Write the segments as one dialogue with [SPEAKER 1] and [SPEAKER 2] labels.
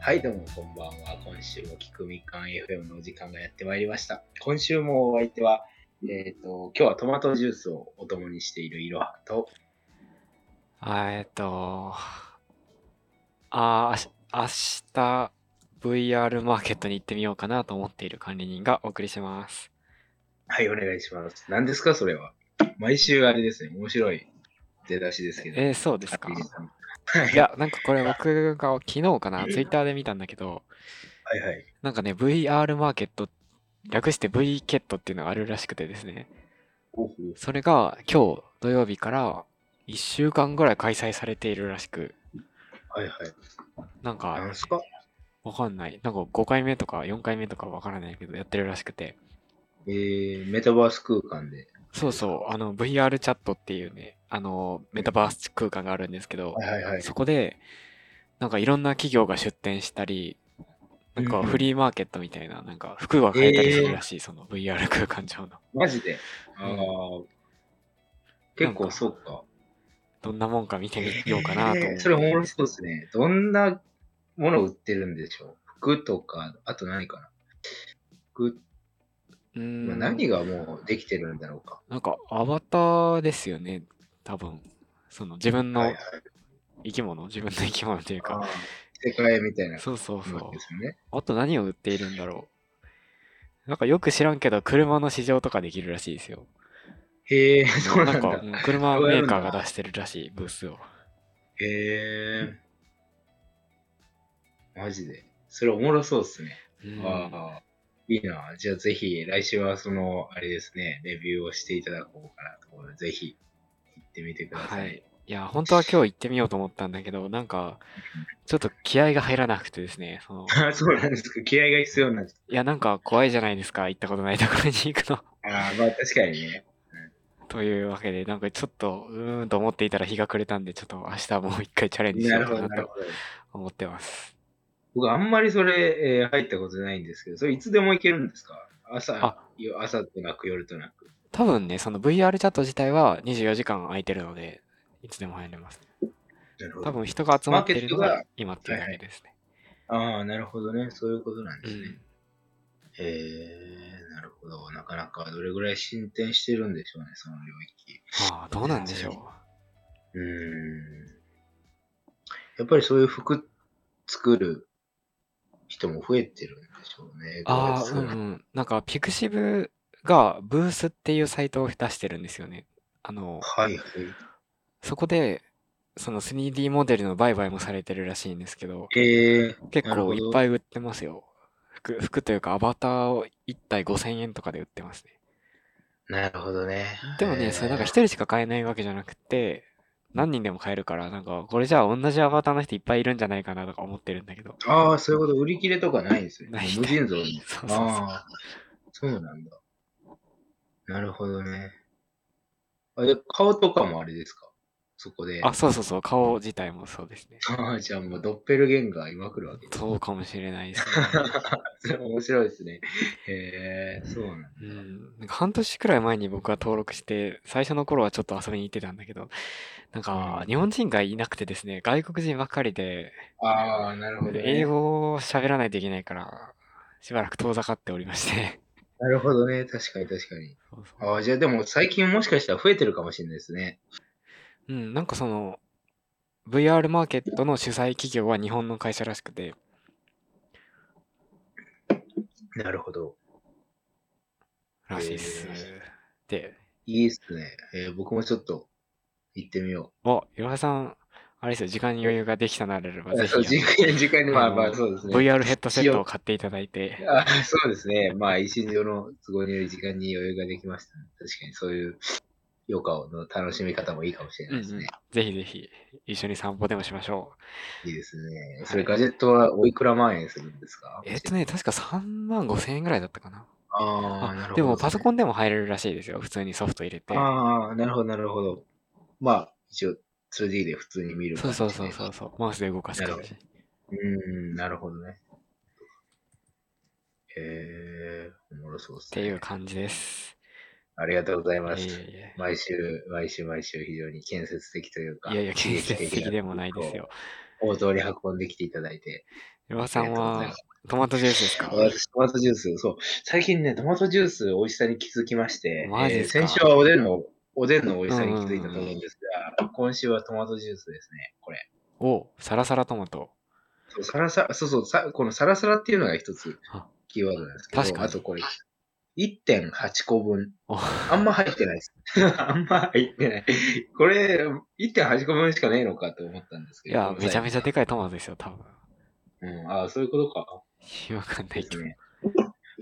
[SPEAKER 1] はい、どうもこんばんは。今週も聞くみかん FM のお時間がやってまいりました。今週もお相手は、えっ、と、今日はトマトジュースをお供にしているいろはと、
[SPEAKER 2] あえっと、ああし明日 VR マーケットに行ってみようかなと思っている管理人がお送りします。
[SPEAKER 1] はい、お願いします。何ですか、それは。毎週あれですね、面白い出だしですけど。
[SPEAKER 2] えーそうですか
[SPEAKER 1] はい。はい
[SPEAKER 2] いや、なんかこれ僕が昨日かな、ツイッターで見たんだけど、
[SPEAKER 1] はいはい。
[SPEAKER 2] なんかね、VR マーケット、略して V ケットっていうのがあるらしくてですね、
[SPEAKER 1] おう
[SPEAKER 2] それが今日土曜日から1週間ぐらい開催されているらしく、
[SPEAKER 1] はいはい。
[SPEAKER 2] なん
[SPEAKER 1] 何
[SPEAKER 2] か
[SPEAKER 1] ですか
[SPEAKER 2] わかんない、なんか5回目とか4回目とかわからないけど、やってるらしくて、
[SPEAKER 1] えー、メタバース空間で。
[SPEAKER 2] そうそう、あの VR チャットっていうね、あのメタバース空間があるんですけど
[SPEAKER 1] は、いはいはい。
[SPEAKER 2] そこで、なんかいろんな企業が出店したり、なん
[SPEAKER 1] う
[SPEAKER 2] か
[SPEAKER 1] んうん
[SPEAKER 2] フリーマーケットみたいな、なんか服が買えたりするらしい、その VR 空間上の。
[SPEAKER 1] マジで。ああ、結
[SPEAKER 2] なん
[SPEAKER 1] 構
[SPEAKER 2] か
[SPEAKER 1] そうか。
[SPEAKER 2] どんなもんか見てみようかなと思
[SPEAKER 1] えーそれおも
[SPEAKER 2] っ
[SPEAKER 1] ろそうですね。どんなもの売ってるんでしょう服とか、あと何かな服、
[SPEAKER 2] て。う
[SPEAKER 1] まあ
[SPEAKER 2] ん。
[SPEAKER 1] 何がもうできてるんだろうか。
[SPEAKER 2] なんかアバターですよね、多分。その自分
[SPEAKER 1] はい
[SPEAKER 2] の
[SPEAKER 1] はい
[SPEAKER 2] 生き物、自分の生き物という
[SPEAKER 1] あ
[SPEAKER 2] か。
[SPEAKER 1] ー世界みたいな
[SPEAKER 2] そうそうそう
[SPEAKER 1] もの。ですよね。
[SPEAKER 2] あと何を売っているんだろう。なんかよく知らんけど、車の試乗とかできるらしいですよ。
[SPEAKER 1] へえ、そうなん
[SPEAKER 2] か
[SPEAKER 1] だ。
[SPEAKER 2] うん車メーカーが出してるらしい、ブースを。
[SPEAKER 1] へえ。マジで。それおもろそうですね。
[SPEAKER 2] うん
[SPEAKER 1] ああ。いいな。じゃあぜひ、来週はその、あれですね、レビューをしていただこうかなと思うので、ぜひ、行ってみてくださ
[SPEAKER 2] はいい。いや、本当は今日行ってみようと思ったんだけど、なんか、ちょっと気合が入らなくてですね、その
[SPEAKER 1] あ そうなんですか。気合が必要なんです。
[SPEAKER 2] いや、なんか怖いじゃないですか、行ったことないところに行くの。
[SPEAKER 1] ああ、まあ確かにね。
[SPEAKER 2] というわけで、なんかちょっと、うーんと思っていたら日が暮れたんで、ちょっと明日もう一回チャレンジし
[SPEAKER 1] な
[SPEAKER 2] よう
[SPEAKER 1] るほ
[SPEAKER 2] か
[SPEAKER 1] ど、
[SPEAKER 2] な
[SPEAKER 1] なる
[SPEAKER 2] と
[SPEAKER 1] ほど。
[SPEAKER 2] 思ってます。
[SPEAKER 1] 僕、あんまりそれ、えー入ったことないんですけど、それいつでも行けるんですか朝
[SPEAKER 2] あ、
[SPEAKER 1] よ朝となく夜となく。
[SPEAKER 2] 多分ね、その VR チャット自体は24時間空いてるので、いつでも入れます。
[SPEAKER 1] なるほ
[SPEAKER 2] 多
[SPEAKER 1] ど。
[SPEAKER 2] 分人が集まってるの
[SPEAKER 1] マーケット
[SPEAKER 2] が
[SPEAKER 1] が
[SPEAKER 2] 今っていうだけですね。
[SPEAKER 1] ああ、なるほどね。そういうことなんですね。
[SPEAKER 2] うん
[SPEAKER 1] へえ、なるほど。なかなかどれぐらい進展してるんでしょうね、その領域。
[SPEAKER 2] まあ、どうなんでしょう。
[SPEAKER 1] うーん。やっぱりそういう服作る人も増えてるんでしょうね。
[SPEAKER 2] ああ、
[SPEAKER 1] こ
[SPEAKER 2] う
[SPEAKER 1] れ
[SPEAKER 2] んうん。なんか、ピクシブがブースっていうサイトを出してるんですよね。あの、
[SPEAKER 1] はいはい。
[SPEAKER 2] そこで、その 3D モデルの売買もされてるらしいんですけど、
[SPEAKER 1] ええ
[SPEAKER 2] 結
[SPEAKER 1] なる
[SPEAKER 2] 構
[SPEAKER 1] ほど
[SPEAKER 2] いっぱい売ってますよ。服、服というかアバターを1体5000円とかで売ってますね。
[SPEAKER 1] なるほどね。
[SPEAKER 2] でもね、それなんか
[SPEAKER 1] え
[SPEAKER 2] 1
[SPEAKER 1] ー
[SPEAKER 2] 人しか買えないわけじゃなくて、何人でも買えるから、なんか、これじゃあ同じアバターの人いっぱいいるんじゃないかなとか思ってるんだけど。
[SPEAKER 1] ああ、そういうこと、売り切れとかないんですね。
[SPEAKER 2] ない
[SPEAKER 1] 無尽蔵に。
[SPEAKER 2] そうそうそう
[SPEAKER 1] ああ、そうなんだ。なるほどね。あで顔とかもあれですかそこで。
[SPEAKER 2] あ、そうそうそう、顔自体もそうですね。
[SPEAKER 1] あーじゃあもうドッペルゲンガー今来るわけ。
[SPEAKER 2] そうかもしれないですね。
[SPEAKER 1] それ面白いですね。へえ、そうなんだ。
[SPEAKER 2] うん、なんか半年くらい前に僕は登録して、最初の頃はちょっと遊びに行ってたんだけど、なん
[SPEAKER 1] う
[SPEAKER 2] か
[SPEAKER 1] ん
[SPEAKER 2] 日本人がいなくてですね、外国人ばっかりで、
[SPEAKER 1] ああ、なるほど、ね。
[SPEAKER 2] 英語を喋らないといけないから、しばらく遠ざかっておりまして。
[SPEAKER 1] なるほどね。確かに確かに。
[SPEAKER 2] そうそう
[SPEAKER 1] ああ、じゃあでも最近もしかしたら増えてるかもしれないですね。
[SPEAKER 2] うん、なんかその、VR マーケットの主催企業は日本の会社らしくて、
[SPEAKER 1] なるほど。
[SPEAKER 2] らしいっす
[SPEAKER 1] へー。
[SPEAKER 2] で、
[SPEAKER 1] いいっすね。えー僕もちょっと行ってみよう。
[SPEAKER 2] お、いろはさん、あれですよ、時間に余裕ができたならば、ぜひ
[SPEAKER 1] そう、時間、時間
[SPEAKER 2] あ
[SPEAKER 1] に、
[SPEAKER 2] の、
[SPEAKER 1] まあまあ、そうですね。
[SPEAKER 2] VR ヘッドセットを買っていただいて、
[SPEAKER 1] あそうですね。まあ、一心上の都合により時間に余裕ができました、ね。確かに、そういう余暇の楽しみ方もいいかもしれないですね。
[SPEAKER 2] うんうん、ぜひぜひ一緒に散歩でもしましょ
[SPEAKER 1] いいですね。
[SPEAKER 2] い
[SPEAKER 1] それ、ガジェットはおいくら万円するんですか
[SPEAKER 2] う。えっとね、確か3万5千円ぐらいだったかな。
[SPEAKER 1] ああ、なるほど、
[SPEAKER 2] でもパソ
[SPEAKER 1] ン
[SPEAKER 2] コンでも入れるらしいですよ。普通にソフト入れて。
[SPEAKER 1] ああ、なるほど、なるほど。まあ、一応、2D で普通に見る
[SPEAKER 2] そ
[SPEAKER 1] 感
[SPEAKER 2] う
[SPEAKER 1] じ
[SPEAKER 2] そ
[SPEAKER 1] で
[SPEAKER 2] うそうそうそう。マウスで動かす感じ。
[SPEAKER 1] うん、なるほどね。へえ、おもろそうです
[SPEAKER 2] って
[SPEAKER 1] ね。
[SPEAKER 2] いう感じです。
[SPEAKER 1] ありがとうござい
[SPEAKER 2] い
[SPEAKER 1] ま
[SPEAKER 2] や
[SPEAKER 1] す。
[SPEAKER 2] いやいや。
[SPEAKER 1] 毎週、毎週、毎週、非常に建設的というか。
[SPEAKER 2] いやいや、建設
[SPEAKER 1] 刺激
[SPEAKER 2] 的でもないですよ。
[SPEAKER 1] 大通り運んできていただいて。
[SPEAKER 2] 岩さん
[SPEAKER 1] あり
[SPEAKER 2] は
[SPEAKER 1] がと
[SPEAKER 2] トマトジュースですか
[SPEAKER 1] うございます私、トマトジュース、そう。最近ね、トマトジュース美味しさに気づきまして、
[SPEAKER 2] マジ
[SPEAKER 1] え
[SPEAKER 2] で
[SPEAKER 1] ー
[SPEAKER 2] すか
[SPEAKER 1] 先週はおでんの、おでんの美味しさに気づいたと思うんですが、今週はトマトジュースですね、これ。
[SPEAKER 2] おサラサラトマト。
[SPEAKER 1] そうサラサラ、そうそう、さこのサラサラっていうのが一つ
[SPEAKER 2] あ
[SPEAKER 1] キーワードなんですけど、
[SPEAKER 2] 確かに
[SPEAKER 1] あとこれ、1.8個分
[SPEAKER 2] お
[SPEAKER 1] あんま入ってないです。 あんま入ってない。これ、1.8個分しかねえのかと思ったんです
[SPEAKER 2] い
[SPEAKER 1] けど。
[SPEAKER 2] や、めちゃめ
[SPEAKER 1] ち
[SPEAKER 2] ちゃでかいトマトですよ、多分。
[SPEAKER 1] ゃ。うん、ああ、そういうことか。
[SPEAKER 2] わかんな
[SPEAKER 1] で
[SPEAKER 2] いけ
[SPEAKER 1] す
[SPEAKER 2] ど。
[SPEAKER 1] ね。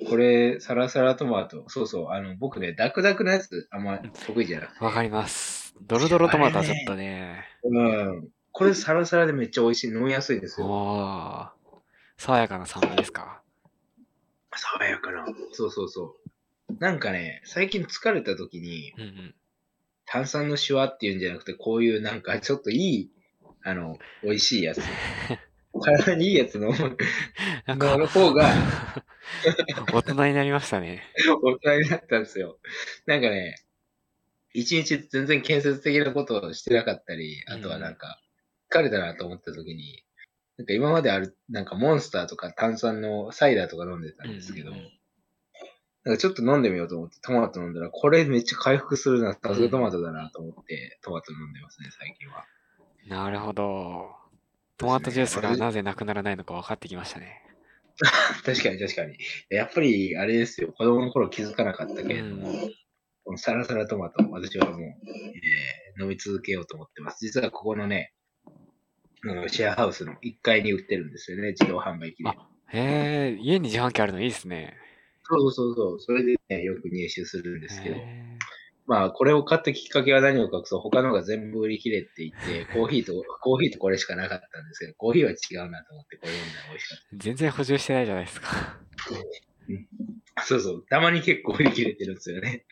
[SPEAKER 1] これ、サラサラトマト。そうそう。あの、僕ね、ダクダクのやつ、あんま得意じゃなくて。
[SPEAKER 2] わかります。ドロドロトマトはちょっとね。
[SPEAKER 1] うん。これ、サラサラでめっちゃ美味しい。飲みやすいです
[SPEAKER 2] お
[SPEAKER 1] よ。
[SPEAKER 2] おー爽やかな酸味ですか。
[SPEAKER 1] 爽やかな。そうそうそう。なんかね、最近疲れた時に、
[SPEAKER 2] うんうん。
[SPEAKER 1] 炭酸のシュワっていうんじゃなくて、こういうなんかちょっといい、あの、美味しい やつ。体にいいやつ飲む。
[SPEAKER 2] なんか
[SPEAKER 1] の、方が、
[SPEAKER 2] 大人になりましたね。
[SPEAKER 1] 大人になったんですよ。なんかね、一日全然建設的なことをしてなかったり、あとはなんか、疲れたなと思った時に、なんか今まである、なんかモンスターとか炭酸のサイダーとか飲んでたんですけど、
[SPEAKER 2] うんうんうん
[SPEAKER 1] なんかちょっと飲んでみようと思ってトマト飲んだら、これめっちゃ回復するな、さすがトマトだなと思って、トマト飲んでますね、最近は。
[SPEAKER 2] なるほど。トマトジュースがなぜなくならないのか分かってきましたね。
[SPEAKER 1] 確かに確かに。やっぱりあれですよ、子供の頃気づかなかったけれども、
[SPEAKER 2] うん
[SPEAKER 1] このサラサラトマト、私はもう、えー飲み続けようと思ってます。実はここのね、うんシェアハウスの1階に売ってるんですよね、自動販売機で
[SPEAKER 2] あ。へえ、家に自販機あるのいいですね。
[SPEAKER 1] そうそうそう、それでね、よく入手するんですけど、
[SPEAKER 2] へ
[SPEAKER 1] まあ、これを買ったきっかけは何を隠そう、他のが全部売り切れっ て言って、コーヒーと、コーヒーとこれしかなかったんですけど、コーヒーは違うなと思って、これ飲んだら美味しかった。
[SPEAKER 2] ー全然補充してないじゃないですか。
[SPEAKER 1] そうそう、たまに結構売り切れてるんですよね。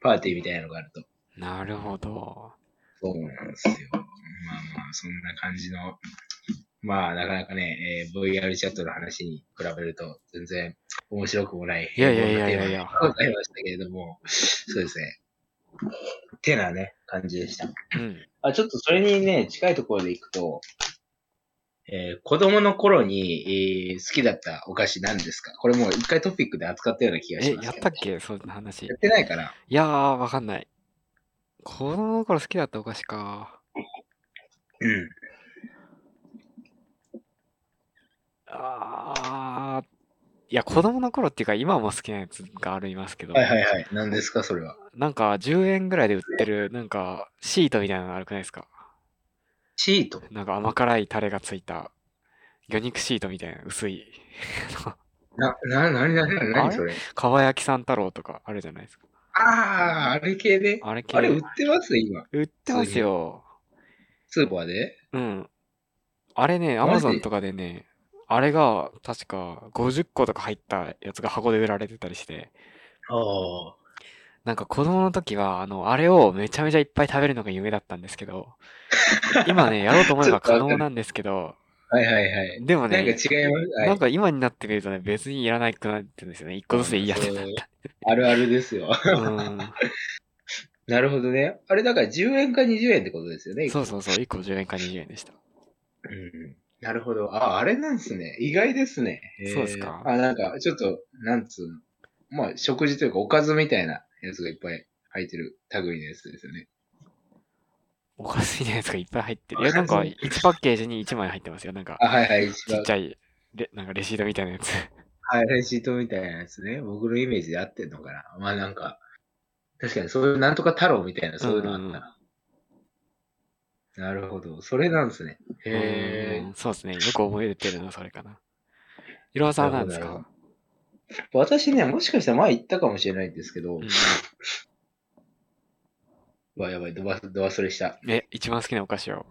[SPEAKER 1] パーティーみたいなのがあると。
[SPEAKER 2] なるほど。
[SPEAKER 1] そうなんですよ。まあまあ、そんな感じの、まあ、なかなかね、えー VR チャットの話に比べると、全然面白くもない。
[SPEAKER 2] いやいやいやいやいや
[SPEAKER 1] ございましたけれども、そうですね。てなね、感じでした。
[SPEAKER 2] うん。
[SPEAKER 1] あ、ちょっとそれにね、近いところでいくと、えー子供の頃に、えー好きだったお菓子何ですかこれもう一回トピックで扱ったような気がし
[SPEAKER 2] え、
[SPEAKER 1] ます
[SPEAKER 2] やっ
[SPEAKER 1] けど
[SPEAKER 2] たっけそんな話。
[SPEAKER 1] やってないかない
[SPEAKER 2] やー、わかんない。子供の頃好きだったお菓子か。
[SPEAKER 1] うん。
[SPEAKER 2] あー、いや、子供の頃っていうか、今も好きなやつがありますけど、
[SPEAKER 1] はいはいはい。何ですかそれは。
[SPEAKER 2] なんか10円ぐらいで売ってる、なんかシートみたいなのあるくないですか
[SPEAKER 1] チート
[SPEAKER 2] なんか甘辛いタレがついた、魚肉シートみたいな薄い。
[SPEAKER 1] な、な、なになになにな
[SPEAKER 2] あ
[SPEAKER 1] に
[SPEAKER 2] れ
[SPEAKER 1] それ
[SPEAKER 2] かば焼きさん太郎とかあるじゃないですか。
[SPEAKER 1] ああ、あれ系で。
[SPEAKER 2] あれ系
[SPEAKER 1] あれ売ってます今。
[SPEAKER 2] 売ってますよ。
[SPEAKER 1] スーパーで。
[SPEAKER 2] うん。あれね、ア
[SPEAKER 1] マ
[SPEAKER 2] マ
[SPEAKER 1] ジ
[SPEAKER 2] ゾンとかでね、あれが確か50個とか入ったやつが箱で売られてたりして、
[SPEAKER 1] ああ。
[SPEAKER 2] なんか子供の時は、あの、あれをめちゃめちゃいっぱい食べるのが夢だったんですけ ど、今ね、やろうと思えば可能なんですけど、
[SPEAKER 1] はいはいはい。
[SPEAKER 2] でも
[SPEAKER 1] なんか違い
[SPEAKER 2] ね
[SPEAKER 1] ま、す。はい
[SPEAKER 2] なんか今になってみるとね、別にいらなくなってるんですよね。一個ずつでいいやつになった。
[SPEAKER 1] あるあるですよ。
[SPEAKER 2] う
[SPEAKER 1] なるほどね。あれだから10円か20円ってことですよね。
[SPEAKER 2] ん。そうそうそう、1個10円か20円でした。
[SPEAKER 1] うん。なるほど。あ、あれなんですね。意外ですね。へー
[SPEAKER 2] そうですか
[SPEAKER 1] あ、なんかちょっと、なんつうの。まあ、食事というかおかずみたいなやつがいっぱい入ってる類のやつですよね。
[SPEAKER 2] おかしいなやつがいっぱい入ってる。いや、なんか1パッケージに1枚入ってますよ。なんか、
[SPEAKER 1] あ、はいはい。一
[SPEAKER 2] ち
[SPEAKER 1] 番
[SPEAKER 2] っちゃい、レなんかレシートみたいなやつ。
[SPEAKER 1] はい、レシートみたいなやつね。僕のイメージで合ってんのかな。まあなんか、確かにそういうなんとか太郎みたいな、そういうのあったな。なるほど。それなんですね。へ
[SPEAKER 2] うんそうですね。よく覚えてるの、それかな。いろはさんはなんです
[SPEAKER 1] なるほ
[SPEAKER 2] か
[SPEAKER 1] え。私ね、もしかしたら前言ったかもしれないんですけど、
[SPEAKER 2] うん
[SPEAKER 1] うわ、やばい、ドバ、ドバそれした。
[SPEAKER 2] え、一番好きなお菓子を。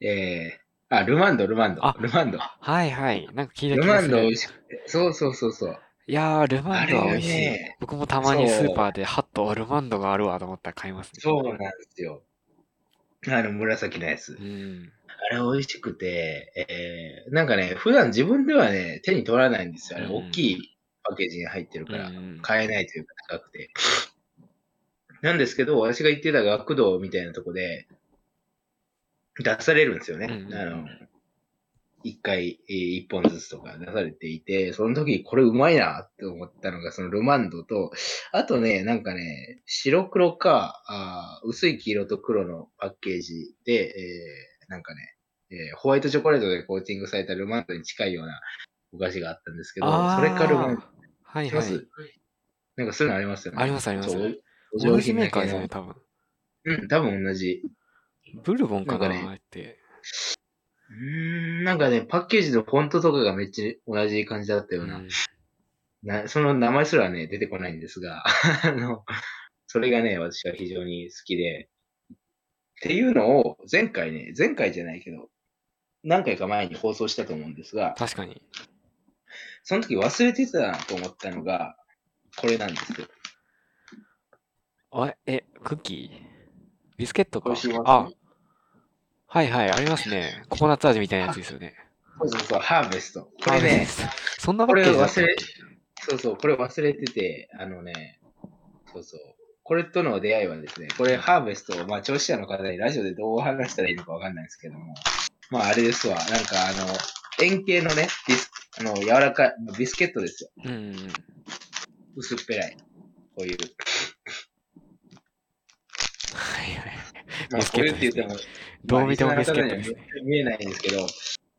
[SPEAKER 1] えー、あ、ルマンド、ルマンド
[SPEAKER 2] あ、
[SPEAKER 1] ルマンド。
[SPEAKER 2] はいはい。なんか聞いた
[SPEAKER 1] ル
[SPEAKER 2] 気が
[SPEAKER 1] マ
[SPEAKER 2] す
[SPEAKER 1] ンド美味
[SPEAKER 2] る。
[SPEAKER 1] しくて。そうそうそうそう。
[SPEAKER 2] いやー、ルマンドは美味し
[SPEAKER 1] あれ
[SPEAKER 2] い
[SPEAKER 1] がね。
[SPEAKER 2] 僕もたまに
[SPEAKER 1] そ
[SPEAKER 2] ス
[SPEAKER 1] う
[SPEAKER 2] ーパーで、ハッとあルマンドがあるわと思ったら買いますね。
[SPEAKER 1] そうなんですよ。あの、紫のやつ。
[SPEAKER 2] うん。
[SPEAKER 1] あれ美味しくて、えーなんかね、普段自分ではね、手に取らないんですよ。あれ、
[SPEAKER 2] うん
[SPEAKER 1] 大きいパッケージに入ってる
[SPEAKER 2] う
[SPEAKER 1] から、
[SPEAKER 2] ん。
[SPEAKER 1] 買えないというか、高くて。なんですけど、私が言ってた学童みたいなとこで、出されるんですよね。
[SPEAKER 2] うん
[SPEAKER 1] あの、一回、えー一本ずつとか出されていて、その時これうまいなって思ったのが、そのルマンドと、あとね、なんかね、白黒か、あー薄い黄色と黒のパッケージで、えーなんかね、えーホワイトチョコレートでコーティングされたルマンドに近いようなお菓子があったんですけど、
[SPEAKER 2] あー
[SPEAKER 1] それからルマンド、
[SPEAKER 2] はい
[SPEAKER 1] し
[SPEAKER 2] は
[SPEAKER 1] ま
[SPEAKER 2] い。
[SPEAKER 1] すなんかそういうのありますよね。
[SPEAKER 2] ありますあります
[SPEAKER 1] そう。お
[SPEAKER 2] 同
[SPEAKER 1] 上
[SPEAKER 2] じ
[SPEAKER 1] 品
[SPEAKER 2] メ
[SPEAKER 1] な
[SPEAKER 2] ーカー
[SPEAKER 1] 系
[SPEAKER 2] ですよね、
[SPEAKER 1] の。
[SPEAKER 2] 多分。
[SPEAKER 1] うん、多分同じ。
[SPEAKER 2] ブルボンか
[SPEAKER 1] な
[SPEAKER 2] な
[SPEAKER 1] んかね
[SPEAKER 2] あれって。
[SPEAKER 1] うーん、なんかね、パッケージのフォントとかがめっちゃ同じ感じだったような。
[SPEAKER 2] うん
[SPEAKER 1] なその名前すらね、出てこないんですが、 あの、それがね、私は非常に好きで、っていうのを前回ね、前回じゃないけど、何回か前に放送したと思うんですが、
[SPEAKER 2] 確かに。
[SPEAKER 1] その時忘れてたなと思ったのが、これなんですよ。
[SPEAKER 2] あえ、クッキービスケットか
[SPEAKER 1] 美味しいも。の
[SPEAKER 2] あ、はいはい、ありますね。ココナッツ味みたいなやつですよね。
[SPEAKER 1] そうそうそう、ハーベスト。これ
[SPEAKER 2] あそう
[SPEAKER 1] ね
[SPEAKER 2] で、すそんな
[SPEAKER 1] こ
[SPEAKER 2] パッ
[SPEAKER 1] れ
[SPEAKER 2] ケージだった
[SPEAKER 1] 忘れ、そうそう、これ忘れてて、あのね、そうそう。これとの出会いはですね、これハーベストを、まあ、聴取者の方にラジオでどう話したらいいのかわかんないんですけども、まあ、あれですわ、なんかあの、円形のね、ビス、あの、柔らかい、ビスケットですよ。
[SPEAKER 2] うんうんうん。
[SPEAKER 1] 薄っぺらい。こういう。
[SPEAKER 2] はいはい。
[SPEAKER 1] まあ、
[SPEAKER 2] ビス
[SPEAKER 1] こ
[SPEAKER 2] ケ
[SPEAKER 1] う
[SPEAKER 2] ッ
[SPEAKER 1] いうって
[SPEAKER 2] トで
[SPEAKER 1] 言
[SPEAKER 2] すね
[SPEAKER 1] っても、
[SPEAKER 2] どう見ても
[SPEAKER 1] まあ
[SPEAKER 2] ビ
[SPEAKER 1] リス
[SPEAKER 2] ス
[SPEAKER 1] ナー
[SPEAKER 2] ケ
[SPEAKER 1] の方には
[SPEAKER 2] ットですね。
[SPEAKER 1] 見えないんですけど、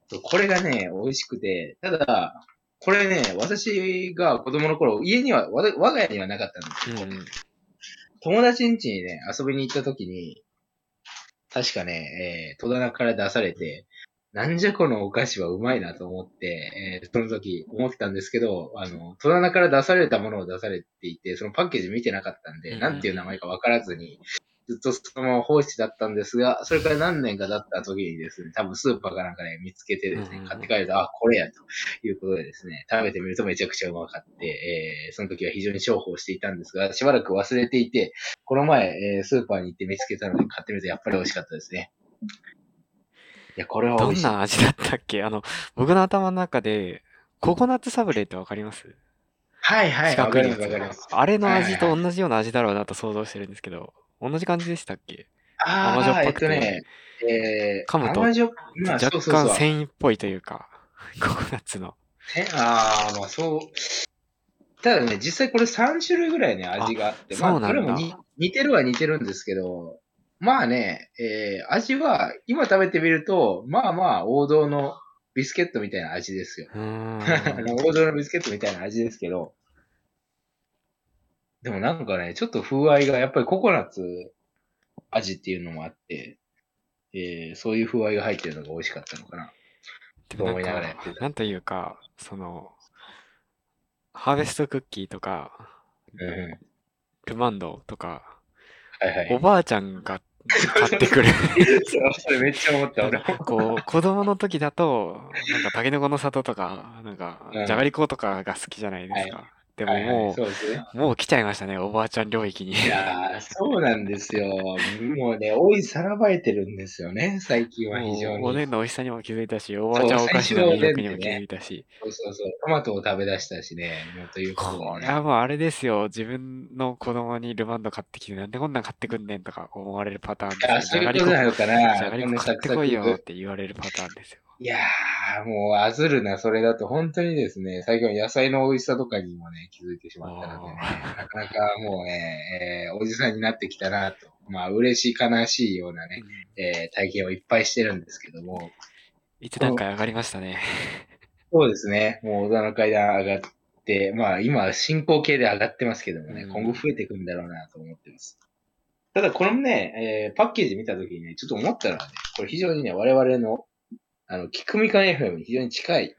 [SPEAKER 1] そうこれがね、美味しくて、ただ、これね、私が子供の頃、家には、わた我が家にはなかったんですけ
[SPEAKER 2] うん
[SPEAKER 1] ど、
[SPEAKER 2] うん。
[SPEAKER 1] 友達ん家にね、遊びに行った時に、確かね、えー戸棚から出されて、なんじゃこのお菓子はうまいなと思って、えーその時思ったんですけど、あの、戸棚から出されたものを出されていて、そのパッケージ見てなかったん
[SPEAKER 2] うんう
[SPEAKER 1] で、
[SPEAKER 2] ん
[SPEAKER 1] なんていう名前かわからずに、ずっとそのまま放置だったんですが、それから何年か経った時にですね、多分スーパーかなんかで、見つけてです
[SPEAKER 2] うん
[SPEAKER 1] ね
[SPEAKER 2] う、ん
[SPEAKER 1] 買って帰ると、あ、これやということでですね、食べてみるとめちゃくちゃうまかって、えーその時は非常に重宝していたんですが、しばらく忘れていて、この前、えースーパーに行って見つけたので買ってみるとやっぱり美味しかったですね。いや、これは美
[SPEAKER 2] ど
[SPEAKER 1] 味し
[SPEAKER 2] ん
[SPEAKER 1] い。
[SPEAKER 2] な味だったっけあの、僕の頭の中で、ココナッツサブレーってわかります
[SPEAKER 1] はいはい、
[SPEAKER 2] 四
[SPEAKER 1] わか
[SPEAKER 2] 角い
[SPEAKER 1] りま
[SPEAKER 2] や
[SPEAKER 1] すわかりま
[SPEAKER 2] つ
[SPEAKER 1] す。
[SPEAKER 2] あれの味
[SPEAKER 1] は
[SPEAKER 2] と
[SPEAKER 1] い
[SPEAKER 2] 同じような味だろうなと想像してるんですけど、同じ感じでしたっけ
[SPEAKER 1] あ
[SPEAKER 2] 甘
[SPEAKER 1] あ、
[SPEAKER 2] じょ
[SPEAKER 1] え
[SPEAKER 2] っ
[SPEAKER 1] っ
[SPEAKER 2] ぱくて
[SPEAKER 1] とね、えー、
[SPEAKER 2] 噛むと
[SPEAKER 1] 甘じょっ、まあ、
[SPEAKER 2] 若
[SPEAKER 1] そうそうそう
[SPEAKER 2] 干。繊維っぽいというか、ココナッツの。
[SPEAKER 1] えああ、まあそう。ただね、実際これ3種類ぐらいね、味があって、ま
[SPEAKER 2] あそう
[SPEAKER 1] あ、
[SPEAKER 2] な
[SPEAKER 1] こ
[SPEAKER 2] ん
[SPEAKER 1] れ
[SPEAKER 2] だ
[SPEAKER 1] もに似てるは似てるんですけど、まあね、えー味は今食べてみると、まあまあ王道のビスケットみたいな味ですよ。
[SPEAKER 2] うーん。
[SPEAKER 1] あ の王道のビスケットみたいな味ですけど、でもなんかね、ちょっと風合いがやっぱりココナッツ味っていうのもあって、えーそういう風合いが入ってるのが美味しかったのかな。
[SPEAKER 2] でもなん
[SPEAKER 1] と思いながらや
[SPEAKER 2] か
[SPEAKER 1] って、た
[SPEAKER 2] なんというか、その、ハーベストクッキーとか、
[SPEAKER 1] うんう
[SPEAKER 2] ルマンドとか、
[SPEAKER 1] ん。はいはい。
[SPEAKER 2] おばあちゃんが買ってくる。
[SPEAKER 1] そうそれめっちゃ思 った、俺も。
[SPEAKER 2] こう、子供の時だと、なんか、タケノコの里とか、なんか
[SPEAKER 1] う、ん
[SPEAKER 2] じゃがりことかが好きじゃないですか。でも
[SPEAKER 1] はいはい
[SPEAKER 2] も
[SPEAKER 1] そうですね。
[SPEAKER 2] う、もう来ちゃいましたね、おばあちゃん領域に。
[SPEAKER 1] いやーそうなんですよ。もうね、多いさらばえてるんですよね、最近は非常
[SPEAKER 2] もうおで
[SPEAKER 1] に。
[SPEAKER 2] んの美味しさにも気づいたし、おばあちゃんお菓子の魅力にも気づいたし、
[SPEAKER 1] そうそうそう。トマトを食べ出したしね、もうということで
[SPEAKER 2] こ
[SPEAKER 1] ね
[SPEAKER 2] れはもうあれですよ、自分の子供にルマンド買ってきて、なんでこんなん買ってくんねんとか思われるパターン
[SPEAKER 1] あ、
[SPEAKER 2] です
[SPEAKER 1] そ
[SPEAKER 2] よ。
[SPEAKER 1] う
[SPEAKER 2] じ
[SPEAKER 1] い
[SPEAKER 2] ゃ
[SPEAKER 1] う
[SPEAKER 2] が
[SPEAKER 1] こ
[SPEAKER 2] りことじ
[SPEAKER 1] な
[SPEAKER 2] ゃ
[SPEAKER 1] のかな。
[SPEAKER 2] がりこ
[SPEAKER 1] この
[SPEAKER 2] 買
[SPEAKER 1] サ
[SPEAKER 2] っ
[SPEAKER 1] ク
[SPEAKER 2] て
[SPEAKER 1] サ
[SPEAKER 2] こ
[SPEAKER 1] ク
[SPEAKER 2] いよって言われるパターンですよ。
[SPEAKER 1] いやー、もうあずるな、それだと本当にですね、最近は野菜の美味しさとかにもね、気づいてしまったので、ね、なかなかもうね、えーおじさんになってきたなと、まあ嬉しい悲しいようなね、
[SPEAKER 2] うん
[SPEAKER 1] えー体験をいっぱいしてるんですけども、
[SPEAKER 2] 一段階上がりましたね。
[SPEAKER 1] そうですね、もう大人の階段上がって、まあ今進行形で上がってますけどもね、
[SPEAKER 2] うん
[SPEAKER 1] 今後増えていくんだろうなと思ってます。ただこのね、えーパッケージ見たときにね、ちょっと思ったのはね、これ非常にね、我々の、あの、キクミカン FM に非常に近 い。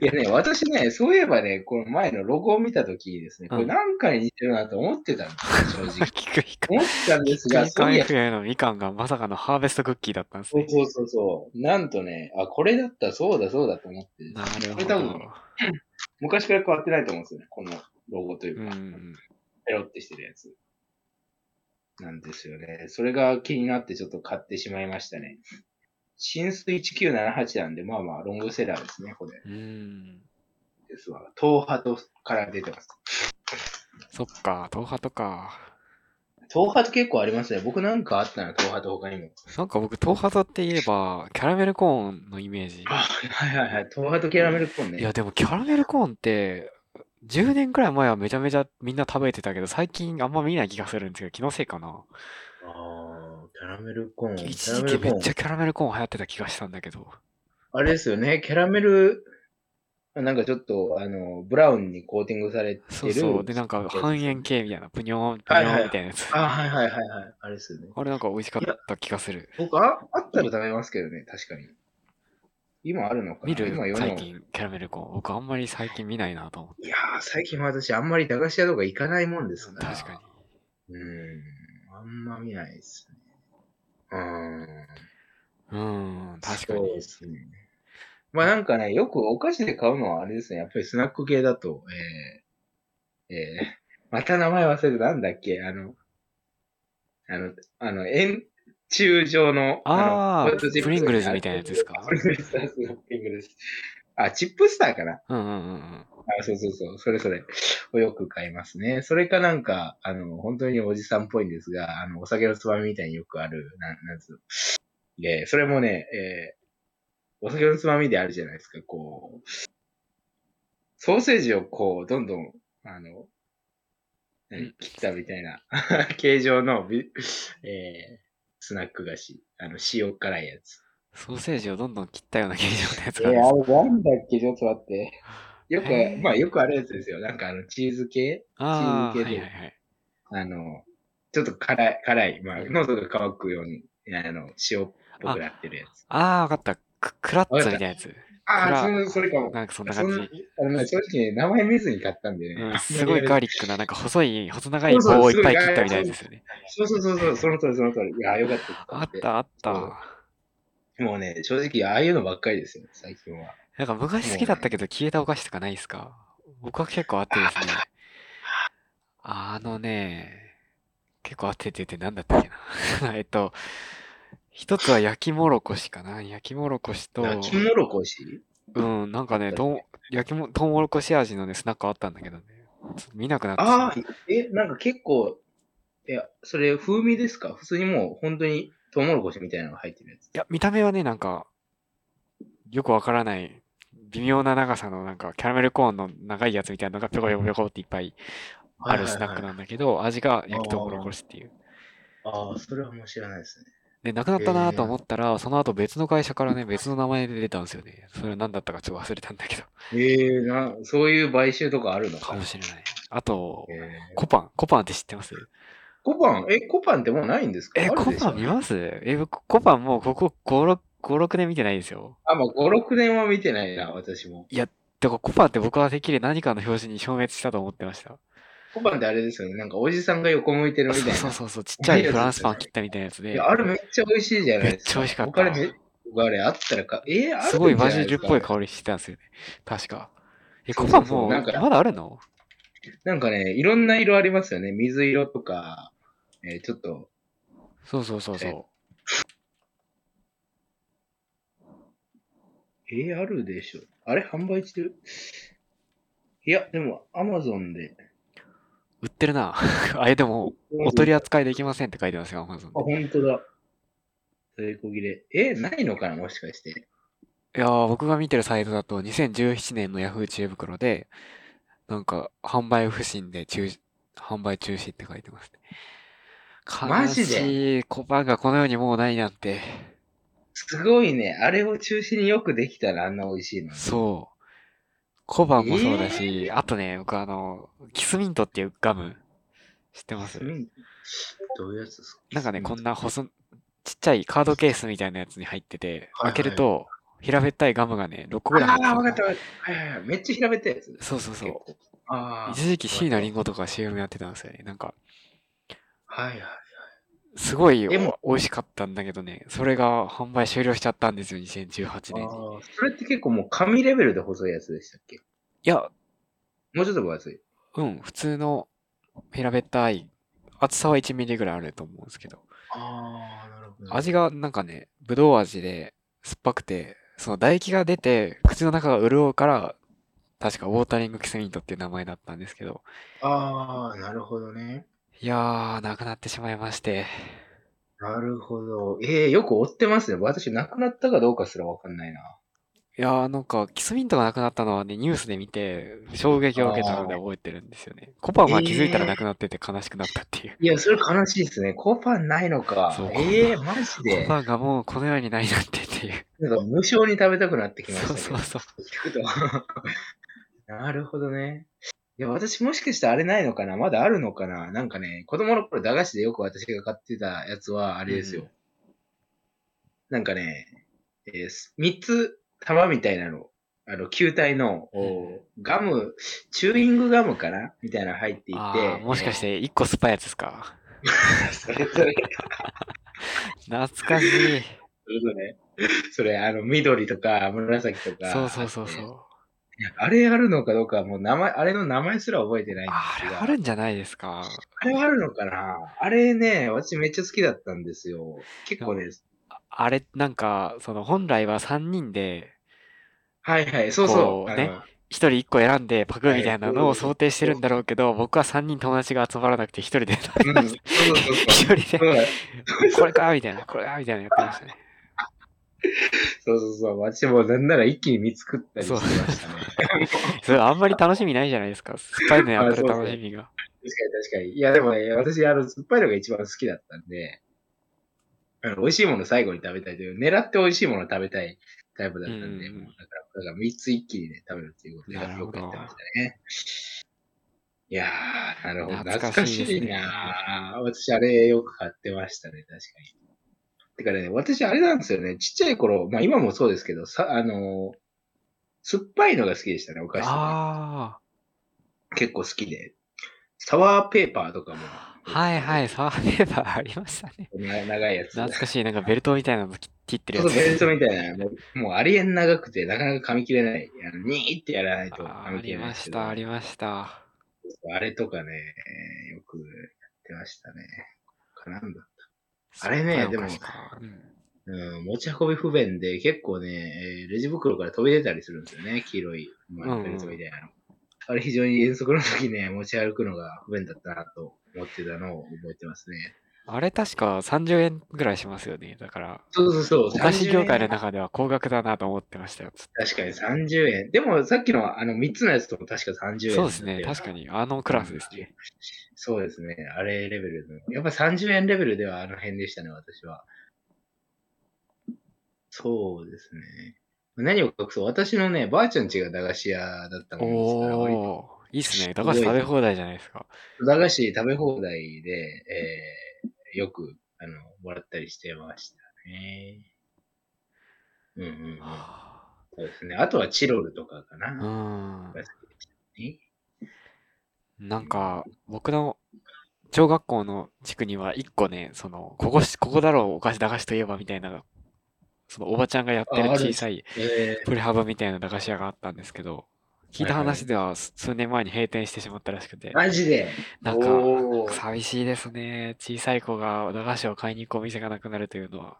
[SPEAKER 1] いやね、私ね、そういえばね、この前のロゴを見たときにですね、これ何回似てるなと思ってたんですよ、正直。
[SPEAKER 2] 聞く聞く。
[SPEAKER 1] 思ったんですが、
[SPEAKER 2] キ
[SPEAKER 1] そうい
[SPEAKER 2] ン
[SPEAKER 1] や
[SPEAKER 2] FM のみかんがまさかのハーベストクッキーだったんです
[SPEAKER 1] そう
[SPEAKER 2] ね。
[SPEAKER 1] そうそうそう。なんとね、あ、これだった、そうだ、そうだと思って。
[SPEAKER 2] なる
[SPEAKER 1] こ
[SPEAKER 2] ほ
[SPEAKER 1] れ多分
[SPEAKER 2] ど。
[SPEAKER 1] 昔から変わってないと思うんですよね。このロゴという
[SPEAKER 2] う
[SPEAKER 1] か、
[SPEAKER 2] んうん。
[SPEAKER 1] ペロってしてるやつ。なんですよね。それが気になってちょっと買ってしまいましたね。新数1978なんで、まあまあ、ロングセラーですね、これ。
[SPEAKER 2] うん。
[SPEAKER 1] ですわ。東波とから出てます。
[SPEAKER 2] そっか、東波とか。
[SPEAKER 1] 東波と結構ありますね。僕なんかあったな、東波と他にも。
[SPEAKER 2] なんか僕、東波とって言えば、キャラメルコーンのイメージ。
[SPEAKER 1] あ、はいはいはい。東波とキャラメルコーンね。
[SPEAKER 2] いや、でもキャラメルコーンって、10年くらい前はめちゃめちゃみんな食べてたけど、最近あんま見ない気がするんですけど、気のせいかな。
[SPEAKER 1] あーキャラメルコーン。キ
[SPEAKER 2] 一
[SPEAKER 1] ャラメ
[SPEAKER 2] 時期
[SPEAKER 1] ルコ
[SPEAKER 2] めっち
[SPEAKER 1] ーン。
[SPEAKER 2] ゃキャラメルコーン流行ってた気がしたんだけど。
[SPEAKER 1] あれですよね、キャラメル、なんかちょっと、あの、ブラウンにコーティングされてる。
[SPEAKER 2] そうそう。で、なんか半円形みたいな、ぷにょーん、ぷに
[SPEAKER 1] は
[SPEAKER 2] ょ
[SPEAKER 1] いはいは
[SPEAKER 2] ーん
[SPEAKER 1] い
[SPEAKER 2] みたいなやつ。
[SPEAKER 1] あ、はいはいはいはい。あれですよね。
[SPEAKER 2] あれなんか美味しかった気がする。
[SPEAKER 1] 僕あ、あったら食べますけどね、確かに。今あるのかな
[SPEAKER 2] 見る
[SPEAKER 1] 今世の
[SPEAKER 2] 最近、キャラメルコーン。僕あんまり最近見ないなと思って。
[SPEAKER 1] いやー、最近は私、あんまり駄菓子屋とか行かないもんですから。
[SPEAKER 2] 確かに。
[SPEAKER 1] に。うん。あんま見ないですね。うーん。
[SPEAKER 2] うーん、確か
[SPEAKER 1] そう
[SPEAKER 2] に
[SPEAKER 1] で。すね。まあなんかね、よくお菓子で買うのはあれですね。やっぱりスナック系だと、えー、えー、また名前忘れた。なんだっけあの、あの、あの、円柱状の、
[SPEAKER 2] あー
[SPEAKER 1] のポテトチッ
[SPEAKER 2] プリングルズ
[SPEAKER 1] が
[SPEAKER 2] みたいなやつですか
[SPEAKER 1] プリングルズそうそうプリングルズあ、チップスターかな
[SPEAKER 2] うんうんうんうん。
[SPEAKER 1] あそうそうそう、それそれ。をよく買いますね。それかなんか、あの、本当におじさんっぽいんですが、あの、お酒のつまみみたいによくある、なん、なんつうの。えーそれもね、えーお酒のつまみであるじゃないですか、こう、ソーセージをこう、どんどん、あの、
[SPEAKER 2] う
[SPEAKER 1] 何
[SPEAKER 2] ん
[SPEAKER 1] 切ったみたいな、 形状のビ、えースナック菓子。あの、塩辛いやつ。
[SPEAKER 2] ソーセージをどんどん切ったような形状のやつ
[SPEAKER 1] え
[SPEAKER 2] がある
[SPEAKER 1] ー
[SPEAKER 2] んです
[SPEAKER 1] あれなんだっけちょっと待って。よく、
[SPEAKER 2] えー
[SPEAKER 1] まあよくあるやつですよ。なんかあの、チーズ系
[SPEAKER 2] ああ、
[SPEAKER 1] チー
[SPEAKER 2] は
[SPEAKER 1] ズ
[SPEAKER 2] い
[SPEAKER 1] 系
[SPEAKER 2] はい
[SPEAKER 1] で
[SPEAKER 2] はい。
[SPEAKER 1] あの、ちょっと辛い、辛い、まあ、
[SPEAKER 2] うん
[SPEAKER 1] 喉が乾くように、あの、塩っぽくなってるやつ。
[SPEAKER 2] ああ、わかった。ククラッツみたいなやつ。
[SPEAKER 1] ああ、そ
[SPEAKER 2] 辛
[SPEAKER 1] れ、それかも。
[SPEAKER 2] なんかそんな
[SPEAKER 1] そん
[SPEAKER 2] 感
[SPEAKER 1] な
[SPEAKER 2] じ。
[SPEAKER 1] あのね、正直ね、名前見ずに買ったんでね。
[SPEAKER 2] うん、すごいガーリックな、なんか細い、細長い
[SPEAKER 1] そうそう
[SPEAKER 2] 棒をいっぱい
[SPEAKER 1] すごい
[SPEAKER 2] 切ったみたいですよね。
[SPEAKER 1] そうそうそう、そうその通り、その通り。いやー、よかった。
[SPEAKER 2] あった、あった。
[SPEAKER 1] もうね、正直、ああいうのばっかりですよ、最近は。
[SPEAKER 2] なんか昔好きだったけど消えたお菓子とかないですか僕は結構あってです ね。あのね、結構あってって言って何だったっけな。えっ と、一つは焼きもろこしかな。焼きもろこしと、
[SPEAKER 1] 焼きもろこし
[SPEAKER 2] うん、なんかね、どう焼きも、とうもろこし味のね、スナックあったんだけどね。ちょっと見なくなってしま
[SPEAKER 1] あ
[SPEAKER 2] った
[SPEAKER 1] あ、え、なんか結構、いや、それ、風味ですか普通にもう、本当に、トウモロコシみたいなのが入ってるやつ。
[SPEAKER 2] いや、見た目はね、なんか、よくわからない、微妙な長さの、なんか、キャラメルコーンの長いやつみたいなのが、ぴょこぴょこぴょこっていっぱいあるスナック
[SPEAKER 1] な。
[SPEAKER 2] なんだけど、味が焼きとうもろこしっていう。
[SPEAKER 1] ああ、それはもう知らないですね。
[SPEAKER 2] で、なくなったなと思ったら、その後別の会社からね、別の名前で出たんですよね。それは何だったかちょっと忘れたんだけど、
[SPEAKER 1] ええな、そういう買収とかあるの
[SPEAKER 2] か
[SPEAKER 1] か
[SPEAKER 2] もしれない。あと、
[SPEAKER 1] えー
[SPEAKER 2] コパン、コパンって知ってます
[SPEAKER 1] コパン、え、コパンってもうないんですか
[SPEAKER 2] え、
[SPEAKER 1] ある
[SPEAKER 2] コ
[SPEAKER 1] でしょ
[SPEAKER 2] パン見ますえ、僕コパンもうここ5、6、6年見てないですよ。
[SPEAKER 1] あ、まあ、5、6年は見てないな、私も。
[SPEAKER 2] だからコパンって僕はてっきり何かの表紙に消滅したと思ってました。
[SPEAKER 1] コパンってあれですよね、なんかおじさんが横向いてるみたいな。
[SPEAKER 2] そうそうそうそう、ちっちゃいフランスパン切ったみたいなやつ
[SPEAKER 1] い
[SPEAKER 2] で。
[SPEAKER 1] やあれめっちゃ美味しいじゃないですか。
[SPEAKER 2] めっちゃ美味しかった
[SPEAKER 1] 僕あれめ僕あれあったらか、えー、あるんじゃなですか
[SPEAKER 2] すごいバジルっぽい香りしてたんですよね。確か。え、
[SPEAKER 1] そ
[SPEAKER 2] コ
[SPEAKER 1] うそ
[SPEAKER 2] パ
[SPEAKER 1] う
[SPEAKER 2] ン
[SPEAKER 1] そう
[SPEAKER 2] もう、
[SPEAKER 1] なんか
[SPEAKER 2] まだあるの
[SPEAKER 1] なんかね、いろんな色ありますよね。水色とか、えーちょっと、
[SPEAKER 2] そうそうそうそう。
[SPEAKER 1] えー、あるでしょ。あれ販売してるいや、でも、アマゾンで。
[SPEAKER 2] 売ってるな。 あれでも、お取り扱いできませんって書いてますよ、Amazon
[SPEAKER 1] あ、本当だ。在庫切れ。えーないのかなもしかして。
[SPEAKER 2] で。いやー、僕が見てるサイトだと、2017年の Yahoo 知恵袋で、なんか、販売不振で中止、販売中止って書いてますね。
[SPEAKER 1] マジで
[SPEAKER 2] 悲しい、コパンがこの世にもうないなんて。
[SPEAKER 1] すごいね。あれを中心によくできたらあんな美味しいのに。
[SPEAKER 2] そう。コバもそうだし、
[SPEAKER 1] え
[SPEAKER 2] あとね、僕あの、キスミントっていうガム、知ってます
[SPEAKER 1] うんどういうやつですか
[SPEAKER 2] なんかね、こん
[SPEAKER 1] な。
[SPEAKER 2] な細、ちっちゃいカードケースみたいなやつに入ってて、
[SPEAKER 1] はいは
[SPEAKER 2] 開
[SPEAKER 1] い
[SPEAKER 2] けると、平べったいガムがね、6個ぐらい入
[SPEAKER 1] あ
[SPEAKER 2] って
[SPEAKER 1] あ、わかった
[SPEAKER 2] た。
[SPEAKER 1] わかった。はいはいはい。めっちゃ平べったいやつ。
[SPEAKER 2] そうそうそう。
[SPEAKER 1] う。ああ。
[SPEAKER 2] 一時期椎名林檎とか CM やってたんですよね。なんか、
[SPEAKER 1] はいはい。
[SPEAKER 2] すごいお
[SPEAKER 1] でも
[SPEAKER 2] 美味しかったんだけどね、それが販売終了しちゃったんですよ、2018
[SPEAKER 1] あ
[SPEAKER 2] 年に。
[SPEAKER 1] あ、それって結構もう紙レベルで細いやつでしたっけ
[SPEAKER 2] いや、
[SPEAKER 1] もうちょっと分厚い。
[SPEAKER 2] うん、普通の平べったい、厚さは1ミリぐらいあると思うんですけど、
[SPEAKER 1] ああ、なるほ
[SPEAKER 2] 味。がなんかね、ぶどう味で酸っぱくて、その唾液が出て、口の中が潤うから、確かウォータリングキスミントっていう名前だったんですけど、
[SPEAKER 1] ああ、なるほどね。
[SPEAKER 2] いやー、なくなってしまいまして、
[SPEAKER 1] なるほど。ええよく追ってますね。私、亡くなったかどうかすらわかんないな。
[SPEAKER 2] いやー、なんか、キスミントがなくなったのはね、ニュースで見て、衝撃を受けたので
[SPEAKER 1] あー
[SPEAKER 2] 覚えてるんですよね。コパンは気づいたら
[SPEAKER 1] えー
[SPEAKER 2] なくなってて悲しくなったっていう。
[SPEAKER 1] いや、それ悲しいですね。コパンないのか
[SPEAKER 2] そう。
[SPEAKER 1] ええマジで
[SPEAKER 2] コ。パンがもうこの世にないなんてっていう。
[SPEAKER 1] なんか無償に食べたくなってきました
[SPEAKER 2] そう
[SPEAKER 1] け
[SPEAKER 2] そ
[SPEAKER 1] ど
[SPEAKER 2] うそう。
[SPEAKER 1] 聞くと。 なるほどね。いや、私もしかしてあれないのかなまだあるのかななんかね、子供の頃駄菓子でよく私が買ってたやつはあれですよ。
[SPEAKER 2] うん
[SPEAKER 1] なんかね、えーす三つ玉みたいなの、あの、球体の、おガム、チューイングガムかなみたいなの入ってい
[SPEAKER 2] あ
[SPEAKER 1] て
[SPEAKER 2] ー、。もしかして1個酸っぱいやつですか。
[SPEAKER 1] それそれ、
[SPEAKER 2] 懐かしい。
[SPEAKER 1] それそれ、それあの、緑とか紫とか。
[SPEAKER 2] そうそうそうそう。
[SPEAKER 1] あれあるのかどうかはもう名前、あれの名前すら覚えてないん
[SPEAKER 2] あ
[SPEAKER 1] です
[SPEAKER 2] れ
[SPEAKER 1] が。
[SPEAKER 2] あるんじゃないですか。
[SPEAKER 1] あれはあるのかなあれね、私めっちゃ好きだったんですよ。結構ね、
[SPEAKER 2] あれ、なんか、その本来は3人で、
[SPEAKER 1] はいはい、そうそ
[SPEAKER 2] こ
[SPEAKER 1] う。
[SPEAKER 2] う
[SPEAKER 1] あ
[SPEAKER 2] ね
[SPEAKER 1] の
[SPEAKER 2] 1人1個選んでパクみたいなの
[SPEAKER 1] は
[SPEAKER 2] を
[SPEAKER 1] い
[SPEAKER 2] 想定してるんだろうけど、僕は3人友達が集まらなくて1人で 食べ
[SPEAKER 1] う
[SPEAKER 2] ま
[SPEAKER 1] ん、
[SPEAKER 2] し
[SPEAKER 1] そうそうそうそう。
[SPEAKER 2] た。1人で、
[SPEAKER 1] そう
[SPEAKER 2] これかみたいな、これかみたいなのやってましたね。
[SPEAKER 1] そうそうそう。私もなんなら一気に見つくったりしてましたね。確かに
[SPEAKER 2] それあんまり楽しみないじゃないですか。酸っぱいのやってる楽しみが。
[SPEAKER 1] 確かに。いやでもね、私、あの、酸っぱいのが一番好きだったんで、あの美味しいもの最後に食べたいという、狙って美味しいものを食べたいタイプだったんで、
[SPEAKER 2] うん
[SPEAKER 1] もうだから、だから3つ一気にね、食べるっていうことで
[SPEAKER 2] な
[SPEAKER 1] よ
[SPEAKER 2] るほ
[SPEAKER 1] く
[SPEAKER 2] ど
[SPEAKER 1] やってましたね。いやー、なるほど。
[SPEAKER 2] 懐
[SPEAKER 1] 懐
[SPEAKER 2] か
[SPEAKER 1] か
[SPEAKER 2] し
[SPEAKER 1] し
[SPEAKER 2] いですね
[SPEAKER 1] いなー私、あれよく買ってましたね、確かに。てかね、私、あれなんですよね。ちっちゃい頃、まあ今もそうですけど、さ、あのー酸っぱいのが好きでしたね、お菓子とか。
[SPEAKER 2] あ
[SPEAKER 1] 結構好きで。サワーペーパーとかも。
[SPEAKER 2] あ、はいはい、サワーペーパーありましたね。
[SPEAKER 1] な長いやつ。
[SPEAKER 2] 懐かしい、なんかベルトみたいなの切切ってる
[SPEAKER 1] ちょ
[SPEAKER 2] や
[SPEAKER 1] っと
[SPEAKER 2] つ。
[SPEAKER 1] ベルトみたいな、もうもうありえん長くて、なかなか噛み切れない。あのにーってやらないと噛
[SPEAKER 2] あーあ
[SPEAKER 1] み切
[SPEAKER 2] り
[SPEAKER 1] れないん
[SPEAKER 2] ま
[SPEAKER 1] です
[SPEAKER 2] し
[SPEAKER 1] けど。
[SPEAKER 2] た、ありました。
[SPEAKER 1] あれとかね、よくやってましたね。かなんだ。あ
[SPEAKER 2] 酸
[SPEAKER 1] れ
[SPEAKER 2] っぱい
[SPEAKER 1] ね
[SPEAKER 2] お
[SPEAKER 1] でも
[SPEAKER 2] 菓子かうん
[SPEAKER 1] うん、持ち運び不便で、結構ね、えーレジ袋から飛び出たりするんですよね、黄色い、ま
[SPEAKER 2] うんう
[SPEAKER 1] あ、
[SPEAKER 2] ん
[SPEAKER 1] ベルトみたいなの。あれ非常に遠足の時ね、持ち歩くのが不便だったなと思ってたのを覚えてますね。
[SPEAKER 2] あれ確か30円ぐらいしますよね。だから、
[SPEAKER 1] そうそうそう。
[SPEAKER 2] お菓子業
[SPEAKER 1] 30
[SPEAKER 2] 界の
[SPEAKER 1] 円
[SPEAKER 2] 中では高額だなと思ってましたよ。ずっ
[SPEAKER 1] 確かに30円。でもさっきのあの3つのやつとも確か30
[SPEAKER 2] と
[SPEAKER 1] 円。
[SPEAKER 2] そうですね。確か。に、あのクラスですね。
[SPEAKER 1] そうですね。あれレベルの。やっぱ30円レベルではあの辺でしたね、私は。そうですね。何を隠そう。私のね、ばあちゃん家が駄菓子屋だったもんですから割と、
[SPEAKER 2] おー、いいっすね。駄菓子食べ放題じゃないですか。
[SPEAKER 1] 駄菓子食べ放題で、えー、よくあのもらったりしてましたね。うんうんうん。
[SPEAKER 2] は
[SPEAKER 1] そうですね。あとはチロルとかか
[SPEAKER 2] あ
[SPEAKER 1] な。
[SPEAKER 2] うん。
[SPEAKER 1] え
[SPEAKER 2] なんか、僕の小学校の地区には一個ね、その、ここし、ここだろう、お菓子、駄菓子といえばみたいな、そのおばちゃんがやってる
[SPEAKER 1] あある
[SPEAKER 2] 小さい
[SPEAKER 1] え
[SPEAKER 2] プレハブみたいな駄菓子屋があったんですけど、聞いた
[SPEAKER 1] はいはい
[SPEAKER 2] 話では数年前に閉店してしまったらしくて
[SPEAKER 1] ー、、マジで
[SPEAKER 2] なんか
[SPEAKER 1] おー
[SPEAKER 2] 寂しいですね。小さい子が駄菓子を買いに行くお店がなくなるというのは。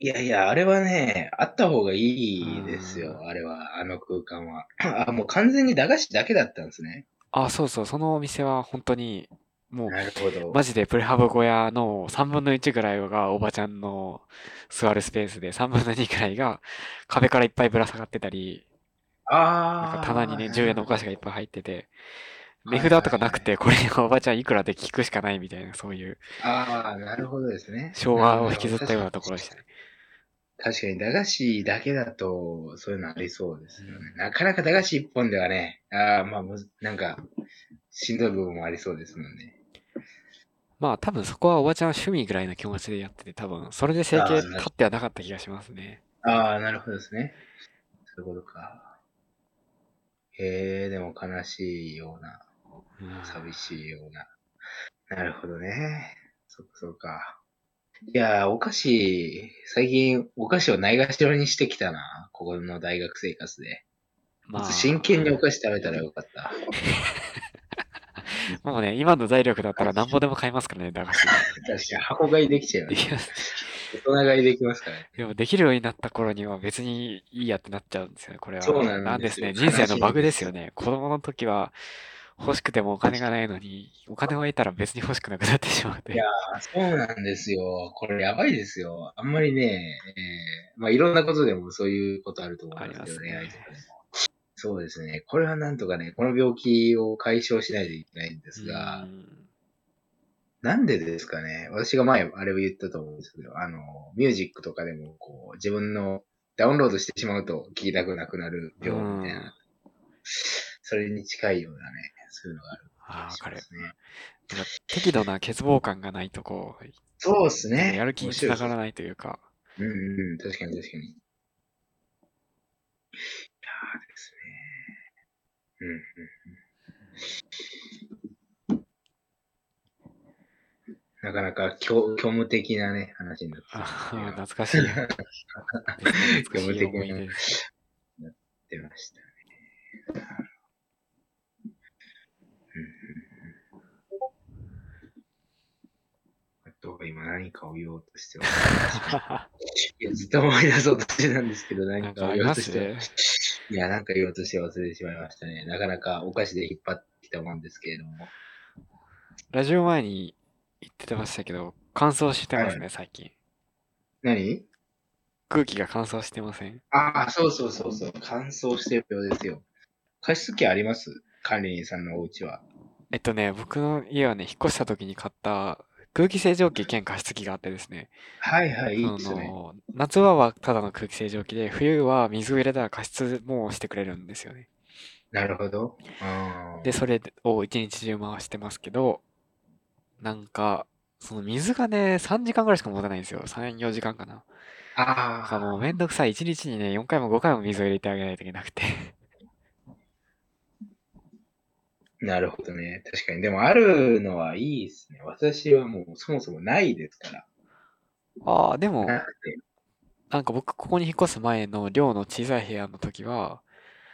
[SPEAKER 1] いやいや、あれはね、あった方がいいですよ
[SPEAKER 2] う、
[SPEAKER 1] あれは、あの空間は。 あ、もう完全に駄菓子だけだったんですね。
[SPEAKER 2] あ、そうそう、そのお店は本当に、も
[SPEAKER 1] なるほ
[SPEAKER 2] う、
[SPEAKER 1] ど。
[SPEAKER 2] マジでプレハブ小屋の3分の1ぐらいがおばちゃんの座るスペースで、3分の2ぐらいが壁からいっぱいぶら下がってたり、なん
[SPEAKER 1] あ
[SPEAKER 2] か
[SPEAKER 1] あ。
[SPEAKER 2] 棚にね、10円のお菓子がいっぱい入ってて、値札とかなく
[SPEAKER 1] はい
[SPEAKER 2] て、これおばちゃんいくらで聞くしかないみたいな、そういう
[SPEAKER 1] ああ、なるほどですね。
[SPEAKER 2] 昭和を引きずったようなところでしたね。
[SPEAKER 1] 確かに駄菓子だけだと、そういうのありそうですよね。なかなか駄菓子一本ではね、ああ、まあ、むずなんか、しんどい部分もありそうですもんね。
[SPEAKER 2] まあ多分そこはおばちゃん趣味ぐらいの気持ちでやってて多分それで整形
[SPEAKER 1] あーな
[SPEAKER 2] 立ってはなかった気がしますね。
[SPEAKER 1] ああ、なるほどですね。そういうことか。へえ、でも悲しいような。
[SPEAKER 2] うん
[SPEAKER 1] 寂しいような。なるほどね。そっかそっか。いやー、お菓子、最近お菓子をないがしろにしてきたな。ここの大学生活で。
[SPEAKER 2] まあ
[SPEAKER 1] 真剣にお菓子食べたらよかった。
[SPEAKER 2] もうね今の財力だったら何ぼでも買えますからね駄菓子。
[SPEAKER 1] 確かに箱買いできちゃいま
[SPEAKER 2] で
[SPEAKER 1] し
[SPEAKER 2] きます
[SPEAKER 1] 大人買いできますからね。
[SPEAKER 2] でもできるようになった頃には別にいいやってなっちゃうんですよね、これは。
[SPEAKER 1] そうなんですよ
[SPEAKER 2] ですね。
[SPEAKER 1] 悲し
[SPEAKER 2] 人
[SPEAKER 1] い
[SPEAKER 2] 生のバグですよね。子供の時は欲しくてもお金がないのに、お金を得たら別に欲しくなくなってしまうという。
[SPEAKER 1] いやあそうなんですよ。これやばいですよ。あんまりね、えーまあいろんなことでもそういうことあると思うんですけど、
[SPEAKER 2] あり
[SPEAKER 1] 恋愛
[SPEAKER 2] ます
[SPEAKER 1] と
[SPEAKER 2] ね
[SPEAKER 1] かでも。そうですね。これはなんとかね、この病気を解消しないといけないんですが、
[SPEAKER 2] うん
[SPEAKER 1] なんでですかね私が前、あれを言ったと思うんですけど、あの、ミュージックとかでも、こう、自分のダウンロードしてしまうと聴きたくなくなる病みたい
[SPEAKER 2] うん
[SPEAKER 1] な。それに近いようなね、そういうのがある
[SPEAKER 2] ああ、わ
[SPEAKER 1] 気
[SPEAKER 2] か
[SPEAKER 1] がし
[SPEAKER 2] る
[SPEAKER 1] ま。すね。
[SPEAKER 2] だから適度な欠乏感がないとこう、
[SPEAKER 1] そうですね。
[SPEAKER 2] やる気につながらないというか。
[SPEAKER 1] うんうん、確かに確かに。いやーですね。うんうん。なかなか虚虚無的なね、話になって
[SPEAKER 2] あ
[SPEAKER 1] ます
[SPEAKER 2] あ、
[SPEAKER 1] ね
[SPEAKER 2] 懐 かしい。ですね懐かしい
[SPEAKER 1] 虚無
[SPEAKER 2] 思い
[SPEAKER 1] 的な
[SPEAKER 2] 出です。
[SPEAKER 1] 出ましたね。うんうんうんあとは今何かを言おうとして ますいやずっと思い出そうとしてたんですけど、
[SPEAKER 2] な
[SPEAKER 1] 何
[SPEAKER 2] んか
[SPEAKER 1] かを
[SPEAKER 2] あり
[SPEAKER 1] 言おう
[SPEAKER 2] ま
[SPEAKER 1] と
[SPEAKER 2] す
[SPEAKER 1] して
[SPEAKER 2] ね。
[SPEAKER 1] いや、なんか言おうとして忘れてしまいましたね。なかなかお菓子で引っ張ってきたもんですけれども。
[SPEAKER 2] ラジオ前に言ってましたけど、乾燥してますね、最近。
[SPEAKER 1] 何
[SPEAKER 2] 空気が乾燥してません
[SPEAKER 1] ああ、そうそうそうそう。乾燥してるようですよ。加湿器あります管理人さんのお家は。
[SPEAKER 2] えっとね、僕の家はね、引っ越した時に買った空気清浄機兼加湿器があってですね、
[SPEAKER 1] はいはい、いい
[SPEAKER 2] そ
[SPEAKER 1] ですね。
[SPEAKER 2] の夏場はただの空気清浄機で、冬は水を入れたら加湿もしてくれるんですよね。
[SPEAKER 1] なるほど。あー
[SPEAKER 2] で、それを一日中回してますけど、なんか、その水がね、3時間ぐらいしか持たないんですよ。3、4時間かな。なんか
[SPEAKER 1] あ
[SPEAKER 2] もうめんどくさい。1日にね、4回も5回も水を入れてあげないといけなく て。
[SPEAKER 1] ー、なるほどね。確かに。でも、あるのはいいですね。私はもうそもそもないですから。
[SPEAKER 2] ああ、でも、
[SPEAKER 1] なくて
[SPEAKER 2] なんか僕、ここに引っ越す前の寮の小さい部屋の時は、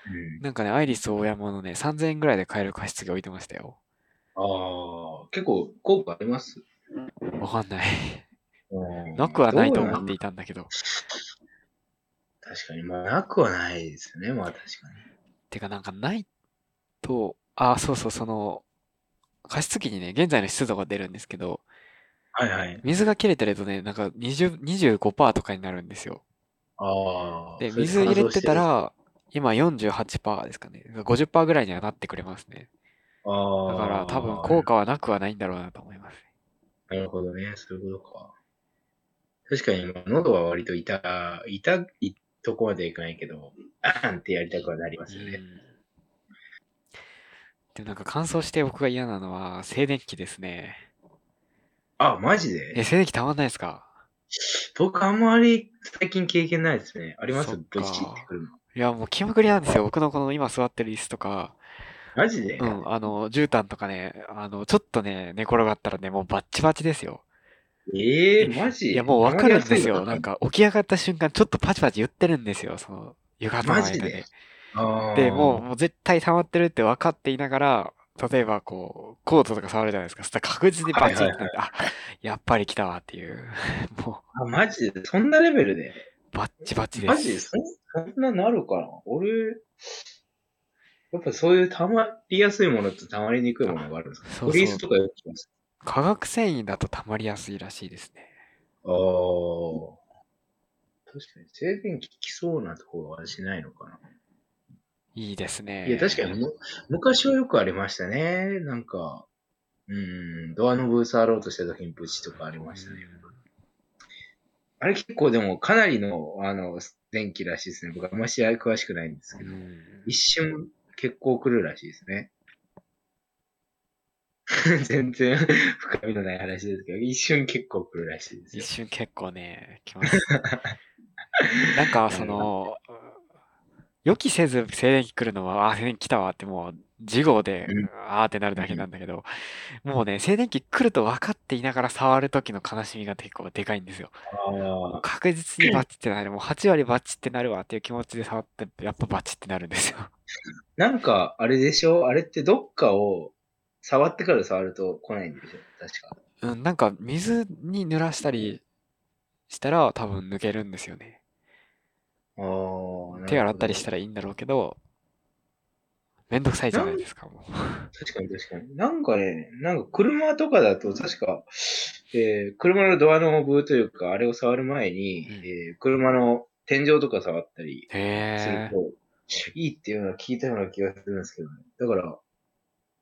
[SPEAKER 1] うん
[SPEAKER 2] なんかね、アイリス大山のね、3000円ぐらいで買える加湿器置いてましたよ。
[SPEAKER 1] ああ、結構効果あります。
[SPEAKER 2] わかんない。
[SPEAKER 1] うん
[SPEAKER 2] なくはないと
[SPEAKER 1] どう
[SPEAKER 2] 思
[SPEAKER 1] ん
[SPEAKER 2] っていたんだけど。
[SPEAKER 1] 確かに、まあ、なくはないですね。まあ、確かに。
[SPEAKER 2] てか、なんかないと、ああ、そうそう、その、加湿器にね、現在の湿度が出るんですけど、
[SPEAKER 1] はいはい。
[SPEAKER 2] 水が切れてるとね、なんか20 25%とかになるんですよ。
[SPEAKER 1] ああ。
[SPEAKER 2] で、
[SPEAKER 1] それ
[SPEAKER 2] 水入れて
[SPEAKER 1] 乾燥し
[SPEAKER 2] たら、今48%ですかね。50%ぐらいにはなってくれますね。
[SPEAKER 1] る、あ
[SPEAKER 2] だ
[SPEAKER 1] あ。
[SPEAKER 2] から多分効果はなくはないんだろうなと思います。
[SPEAKER 1] なるほどね。そういうことか。確かに、まあ喉は割と痛、痛いとこまではいかないけど、あーんってやりたくはなりますよ
[SPEAKER 2] う
[SPEAKER 1] ね。
[SPEAKER 2] んでもなんか乾燥して僕が嫌なのは静電気ですね。
[SPEAKER 1] あ、マジで
[SPEAKER 2] え、静電気たまんないですか
[SPEAKER 1] 僕あんまり最近経験ないですね。ありま
[SPEAKER 2] そ
[SPEAKER 1] す
[SPEAKER 2] っか
[SPEAKER 1] ブチってくるの。
[SPEAKER 2] いや、もう気まぐれなんですよ。僕のこの今座ってる椅子とか、
[SPEAKER 1] マジで、
[SPEAKER 2] うん、あの、絨毯とかね、あの、ちょっとね、寝転がったらね、もうバッチバチですよ。
[SPEAKER 1] ええマジ
[SPEAKER 2] いや、もうわかるんですよ。
[SPEAKER 1] あま
[SPEAKER 2] な
[SPEAKER 1] り
[SPEAKER 2] んか、起き上がった瞬間、ちょっとパチパチ言ってるんですよ。その、床との
[SPEAKER 1] マジ
[SPEAKER 2] 間
[SPEAKER 1] で
[SPEAKER 2] で。
[SPEAKER 1] やってる
[SPEAKER 2] で、
[SPEAKER 1] の
[SPEAKER 2] もう、もう絶対溜まってるって分かっていながら、例えばこう、コートとか触るじゃないですか。そしたら確実にバチンってなって、あ、やっぱり来たわっていう。 も
[SPEAKER 1] あーあ、マジでそんなレベルで
[SPEAKER 2] う、バッチバチで
[SPEAKER 1] マ
[SPEAKER 2] す。
[SPEAKER 1] ジでそんそんななるかな俺、やっぱそういう溜まりやすいものと溜まりにくいものがあるんですか
[SPEAKER 2] そ
[SPEAKER 1] フ
[SPEAKER 2] う
[SPEAKER 1] リー
[SPEAKER 2] そ
[SPEAKER 1] ス
[SPEAKER 2] う。
[SPEAKER 1] とかよく聞きます。
[SPEAKER 2] 化学繊維だと溜まりやすいらしいですね。
[SPEAKER 1] あー確かに静電気効きそうなところはしないのかな。
[SPEAKER 2] いいですね。
[SPEAKER 1] いや、確かにむ、昔はよくありましたね。なんか、うん、ドアノブ触ろうとした時にブチとかありましたね。あれ結構でもかなりの、あの、電気らしいですね。僕あんまり詳しくないんです
[SPEAKER 2] う
[SPEAKER 1] けど。
[SPEAKER 2] ん。
[SPEAKER 1] 一瞬結構来るらしいですね。 全然 深みのない話ですけど、一瞬結構来るらしいです
[SPEAKER 2] 一
[SPEAKER 1] よ。
[SPEAKER 2] 瞬結構ね、来 ます。なんか、その、予期せず静電気来るのは、あー、静電気来たわってもう、事後で
[SPEAKER 1] うん、
[SPEAKER 2] あーってなるだけなんだけど、もうね、静電気来ると分かっていながら触る時の悲しみが結構でかいんですよ。
[SPEAKER 1] ああ、
[SPEAKER 2] 確実にバチってなる。もう8割バチってなるわっていう気持ちで触って、やっぱバチってなるんですよ。
[SPEAKER 1] なんか、あれでしょあれってどっかを触ってから触ると来ないんでしょ確か。
[SPEAKER 2] うん、なんか水に濡らしたりしたら多分抜けるんですよね。
[SPEAKER 1] おー。
[SPEAKER 2] 手洗ったりしたたらいいんだろうけど、めんどくさいじゃないですか、もう。
[SPEAKER 1] 確かに確かに。なんかね、なんか車とかだと確か、えー車のドアのブーというか、あれを触る前に、
[SPEAKER 2] うん
[SPEAKER 1] えー車の天井とか触ったりす
[SPEAKER 2] へ
[SPEAKER 1] る
[SPEAKER 2] え。
[SPEAKER 1] と、いいっていうのは聞いたような気がするんですけどね。だから、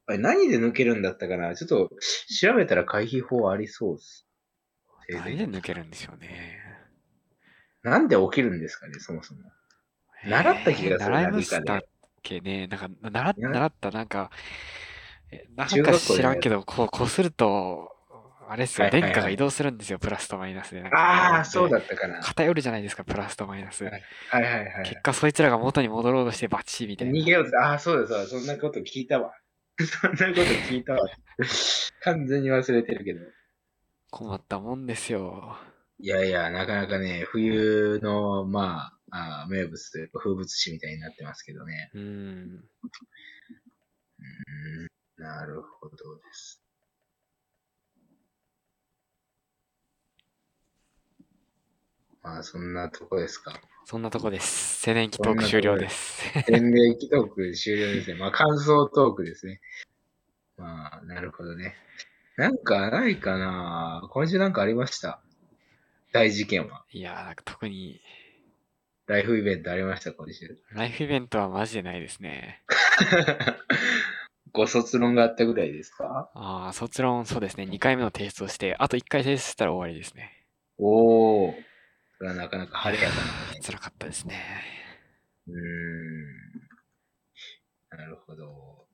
[SPEAKER 1] あれ何で抜けるんだったかなちょっと調べたら回避法ありそうです。停
[SPEAKER 2] 何
[SPEAKER 1] 電
[SPEAKER 2] で抜けるんでしょうね。
[SPEAKER 1] なんで起きるんですかね、そもそも。習った気がする
[SPEAKER 2] えー
[SPEAKER 1] な
[SPEAKER 2] 習いました
[SPEAKER 1] 理科
[SPEAKER 2] っけね。なんか、習っ
[SPEAKER 1] や
[SPEAKER 2] 習った、なんか、えなん
[SPEAKER 1] 中
[SPEAKER 2] か
[SPEAKER 1] 学校
[SPEAKER 2] 知
[SPEAKER 1] で
[SPEAKER 2] らんけど、こう、こうすると、あれですよ、
[SPEAKER 1] はいはい
[SPEAKER 2] 電
[SPEAKER 1] はい
[SPEAKER 2] 荷が移動するんですよ、プラスとマイナスで。なんか
[SPEAKER 1] ああ、そう。だったかな。
[SPEAKER 2] 偏るじゃないですか、プラスとマイナス。
[SPEAKER 1] はいはいは
[SPEAKER 2] 結
[SPEAKER 1] い。
[SPEAKER 2] 果、そいつらが元に戻ろうとしてバチみたい
[SPEAKER 1] 逃
[SPEAKER 2] な。
[SPEAKER 1] げようと、ああ、そうだそうだ、そんなこと聞いたわ。 そんなこと聞い たわ。完全に忘れてるけど。
[SPEAKER 2] 困ったもんですよ。
[SPEAKER 1] いやいや、なかなかね、冬の、まあ、あー名物というか風物詩みたいになってますけどね。
[SPEAKER 2] うん。
[SPEAKER 1] うーん、なるほどです。まあ、そんなとこですか。
[SPEAKER 2] そんなとこです。青年期トーク終了です。
[SPEAKER 1] 全米駅トーク終了ですね。まあ、感想トークですね。まあ、なるほどね。なんかないかな今週なんかありました大事件は。
[SPEAKER 2] いやー、なんか特に、
[SPEAKER 1] ライフイベントありました、今週。
[SPEAKER 2] ライフイベントはマジでないですね。
[SPEAKER 1] ご卒論があったぐらいですか
[SPEAKER 2] ああ、卒論、そうですね。2回目の提出をして、あと1回提出したら終わりですね。
[SPEAKER 1] おお。それはなかなか晴れやかな、ね。
[SPEAKER 2] 辛かったですね。
[SPEAKER 1] うーん。なるほど。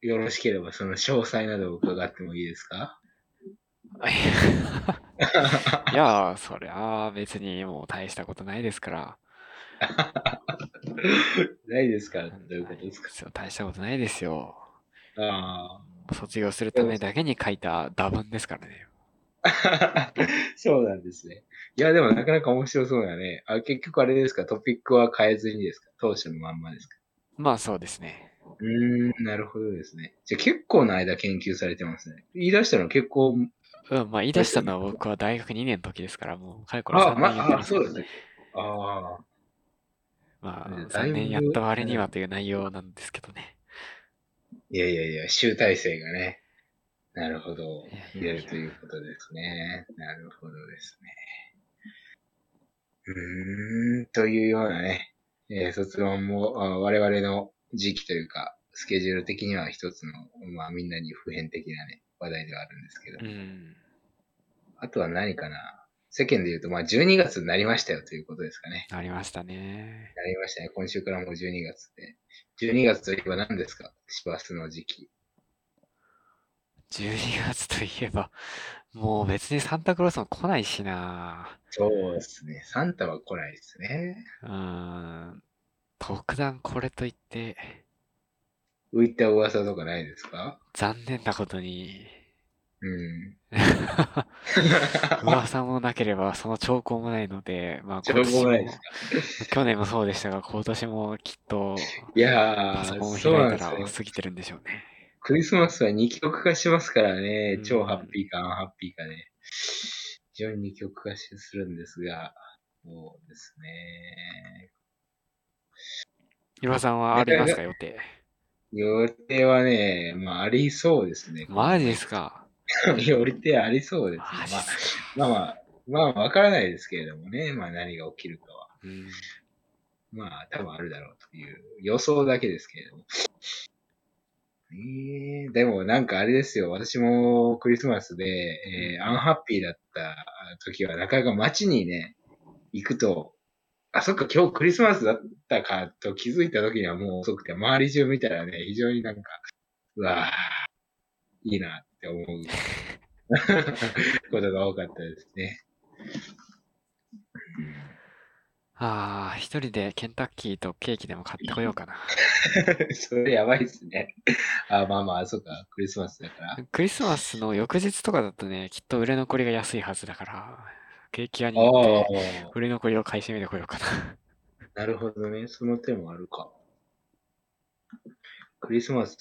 [SPEAKER 1] よろしければ、その詳細などを伺ってもいいですか
[SPEAKER 2] いやー、そりゃあ別にもう大したことないですから。
[SPEAKER 1] ないですかどういうことですか
[SPEAKER 2] そう大したことないですよ。
[SPEAKER 1] ああ。
[SPEAKER 2] 卒業するためだけに書いた打文ですからね。
[SPEAKER 1] そうなんですね。いや、でもなかなか面白そうだね。あ、結局あれですかトピックは変えずにですか当初のまんまですか
[SPEAKER 2] まあそうですね。
[SPEAKER 1] うーん、なるほどですね。じゃあ結構な間研究されてますね。言い出したの結構、
[SPEAKER 2] うん、まあ言い出したのは僕は大学2年の時ですか ら、もうかれこれ
[SPEAKER 1] あ、
[SPEAKER 2] 3年やって
[SPEAKER 1] まあ、
[SPEAKER 2] ます
[SPEAKER 1] そ
[SPEAKER 2] か
[SPEAKER 1] う
[SPEAKER 2] ら
[SPEAKER 1] ですね。ああ、
[SPEAKER 2] まあ
[SPEAKER 1] うんだい
[SPEAKER 2] 3
[SPEAKER 1] ぶ
[SPEAKER 2] 年やった割にはという内容なんですけどね。
[SPEAKER 1] いやいやいや、集大成がね。なるほど。
[SPEAKER 2] い
[SPEAKER 1] 出
[SPEAKER 2] やい
[SPEAKER 1] る
[SPEAKER 2] やいや
[SPEAKER 1] ということですね。なるほどですね。うーん、というようなね、えー卒論もあ我々の時期というか、スケジュール的には一つの、まあみんなに普遍的なね、話題ではあるんですけど
[SPEAKER 2] う、ん。
[SPEAKER 1] あとは何かな。世間で言うと、まあ12月になりましたよということですかね。
[SPEAKER 2] ありましたね。
[SPEAKER 1] なりましたね。今週からもう12月で。12月といえば何ですか師走の時期。
[SPEAKER 2] 12月といえば、もう別にサンタクロースも来ないしな。
[SPEAKER 1] そうですね。サンタは来ないですね。
[SPEAKER 2] うーん。特段これといって、
[SPEAKER 1] 浮いた噂とかないですか
[SPEAKER 2] 残念なこと に、
[SPEAKER 1] うん。
[SPEAKER 2] 噂もなければその兆候もないので、まあ
[SPEAKER 1] 兆候もないです
[SPEAKER 2] 去年もそうでしたが、今年もきっと
[SPEAKER 1] いや
[SPEAKER 2] パソコンを
[SPEAKER 1] ー、そうなん
[SPEAKER 2] 開い
[SPEAKER 1] です
[SPEAKER 2] た
[SPEAKER 1] よ
[SPEAKER 2] ら。過ぎてるんでしょうね。
[SPEAKER 1] クリスマスは二極化しますからね
[SPEAKER 2] う。ん
[SPEAKER 1] 超ハッピーかアンハッピーかね。非常に二極化するんですが、そうですね。
[SPEAKER 2] いろはさんはありますか予定。
[SPEAKER 1] 予定はね、まあありそうですね。
[SPEAKER 2] マジですか
[SPEAKER 1] 予定ありそうです、ね。
[SPEAKER 2] マジですか、
[SPEAKER 1] まあまあまあ、まあわからないですけれどもね。まあ何が起きるかは。
[SPEAKER 2] うん
[SPEAKER 1] まあ、多分あるだろうという予想だけですけれども。えー、でもなんかあれですよ。私もクリスマスで、えーアンハッピーだった時は、なかなか街にね、行くと、あ、そっか、今日クリスマスだったかと気づいた時にはもう遅くて、周り中見たらね、非常になんか、うわーいいなって思う ことが多かったですね。
[SPEAKER 2] ああ、一人でケンタッキーとケーキでも買ってこようかな。
[SPEAKER 1] それやばいっすね。あ、まあまあ、そうか、クリスマスだから。
[SPEAKER 2] クリスマスの翌日とかだとね、きっと売れ残りが安いはずだから、ケーキ屋に行って
[SPEAKER 1] あ
[SPEAKER 2] 売れ残りを買い占めてこようかな。
[SPEAKER 1] あ、 なるほどね。その手もあるか。クリスマス、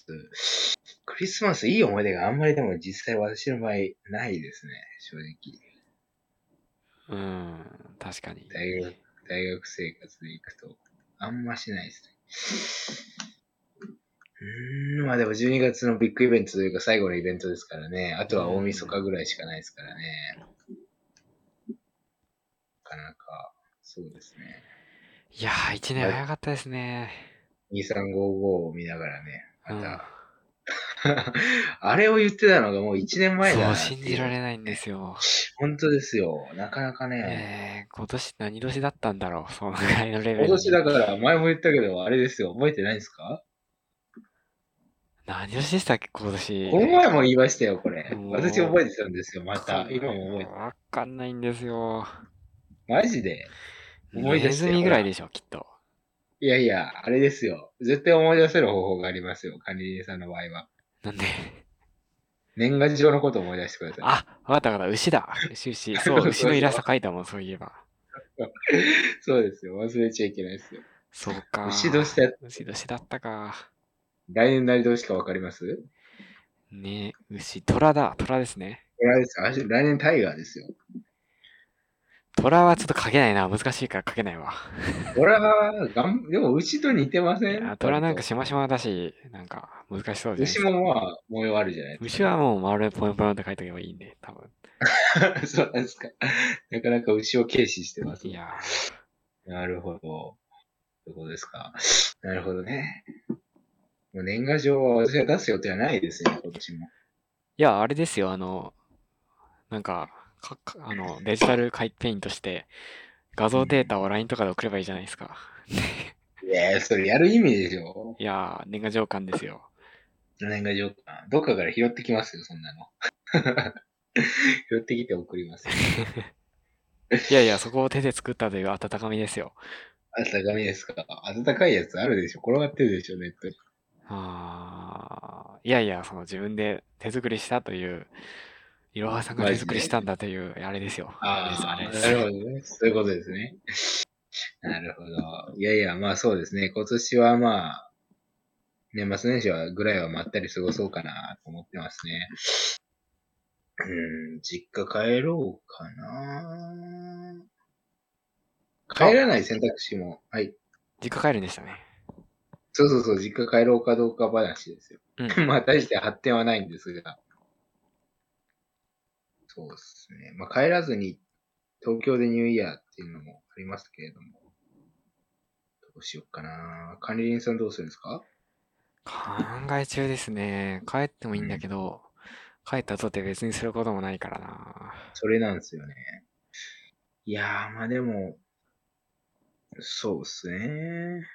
[SPEAKER 1] クリスマスいい思い出があんまりでも実際私の場合ないですね、正直。
[SPEAKER 2] ううん、確かに。
[SPEAKER 1] 大学、大学生活で行くと、あんましないですね。うーん、まあでも12月のビッグイベントというか最後のイベントですからね。あとは大晦日ぐらいしかないですからね。なかなか、そうですね。
[SPEAKER 2] いやー、一年早かったですね。
[SPEAKER 1] 2355を見ながらね、
[SPEAKER 2] う
[SPEAKER 1] ま
[SPEAKER 2] ん。
[SPEAKER 1] た、 あれを言ってたのがもう1年前だ
[SPEAKER 2] そ
[SPEAKER 1] なっ
[SPEAKER 2] う、
[SPEAKER 1] てい
[SPEAKER 2] 信じられないんですよ。
[SPEAKER 1] 本当ですよ。なかなかね。
[SPEAKER 2] えー、今年何年だったんだろう、そのぐらいのレベル
[SPEAKER 1] 今
[SPEAKER 2] に。
[SPEAKER 1] 年だから、前も言ったけど、あれですよ。覚えてないですか
[SPEAKER 2] 何年でしたっけ、今年。
[SPEAKER 1] この前も言いましたよ、これ
[SPEAKER 2] うん。
[SPEAKER 1] 私覚えてたんですよ、また。
[SPEAKER 2] わ
[SPEAKER 1] 今も覚えて。
[SPEAKER 2] わかんないんですよ。
[SPEAKER 1] マジで思い出して
[SPEAKER 2] ネズミぐらいでしょ、きっと。
[SPEAKER 1] いやいや、あれですよ。絶対思い出せる方法がありますよ。管理人さんの場合は。
[SPEAKER 2] なんで。
[SPEAKER 1] 年賀状のことを思い出してください。
[SPEAKER 2] あ、わかったわかった、牛だ。牛、牛。そう、牛のイラスト描いたもん、そういえば。
[SPEAKER 1] そうですよ。忘れちゃいけないですよ。
[SPEAKER 2] そうか。
[SPEAKER 1] 牛年だ
[SPEAKER 2] 牛年だったか。
[SPEAKER 1] 来年何年かわかります
[SPEAKER 2] ねえ、牛、虎だ、虎ですね。
[SPEAKER 1] 来年あ来年タイガーですよ。
[SPEAKER 2] 虎はちょっと描けないな、難しいから描けないわ。
[SPEAKER 1] 俺は、がんでも牛と似てませ
[SPEAKER 2] いや
[SPEAKER 1] ん
[SPEAKER 2] 虎なんかしましまだし、なんか難しそうじゃないです
[SPEAKER 1] 牛
[SPEAKER 2] か。
[SPEAKER 1] もまあ、模様あるじゃない です
[SPEAKER 2] 牛はもう丸でポヨンポヨンって書いとけばいいんで、多分。
[SPEAKER 1] か。そうなんですか。なかなか牛を軽視してます
[SPEAKER 2] い。や
[SPEAKER 1] なるほど。そういうことですか。なるほどね。もう年賀状は私が出す予定はないですね、今年も。
[SPEAKER 2] いや、あれですよ、あの、なんか、かかあのデジタルペインとして、画像データを LINE とかで送ればいいじゃないですか。
[SPEAKER 1] いやそれやる意味でしょ。
[SPEAKER 2] いやー、年賀状感ですよ。
[SPEAKER 1] 年賀状か。どっかから拾ってきますよ、そんなの。 拾ってきて送り ますよ。
[SPEAKER 2] いやいや、そこを手で作ったという温かみですよ。
[SPEAKER 1] 温かみですか。温かいやつあるでしょ。転がってるでしょ、ネットに。
[SPEAKER 2] あーいやいや、その自分で手作りしたという、いろはさんが手作りしたんだという、あれですよ。
[SPEAKER 1] ああ、
[SPEAKER 2] あれです、あ
[SPEAKER 1] な
[SPEAKER 2] れ
[SPEAKER 1] る
[SPEAKER 2] です。
[SPEAKER 1] ほどね。そういうことですね。なるほど。いやいや、まあそうですね。今年はまあ、年末年始はぐらいはまったり過ごそうかなと思ってますね。うん、実家帰ろうかな。帰らない選択肢も、はい。
[SPEAKER 2] 実家帰るんでしたね。
[SPEAKER 1] そうそうそう、実家帰ろうかどうか話ですよ。
[SPEAKER 2] う ん。
[SPEAKER 1] まあ、大して発展はないんですが。そうですね。まあ、帰らずに、東京でニューイヤーっていうのもありますけれども。どうしようかな。管理人さんどうするんですか
[SPEAKER 2] 考え中ですね。帰ってもいいんだけど、帰った後って別にすることもないからな。
[SPEAKER 1] それなんですよね。いやー、まあでも、そうですね。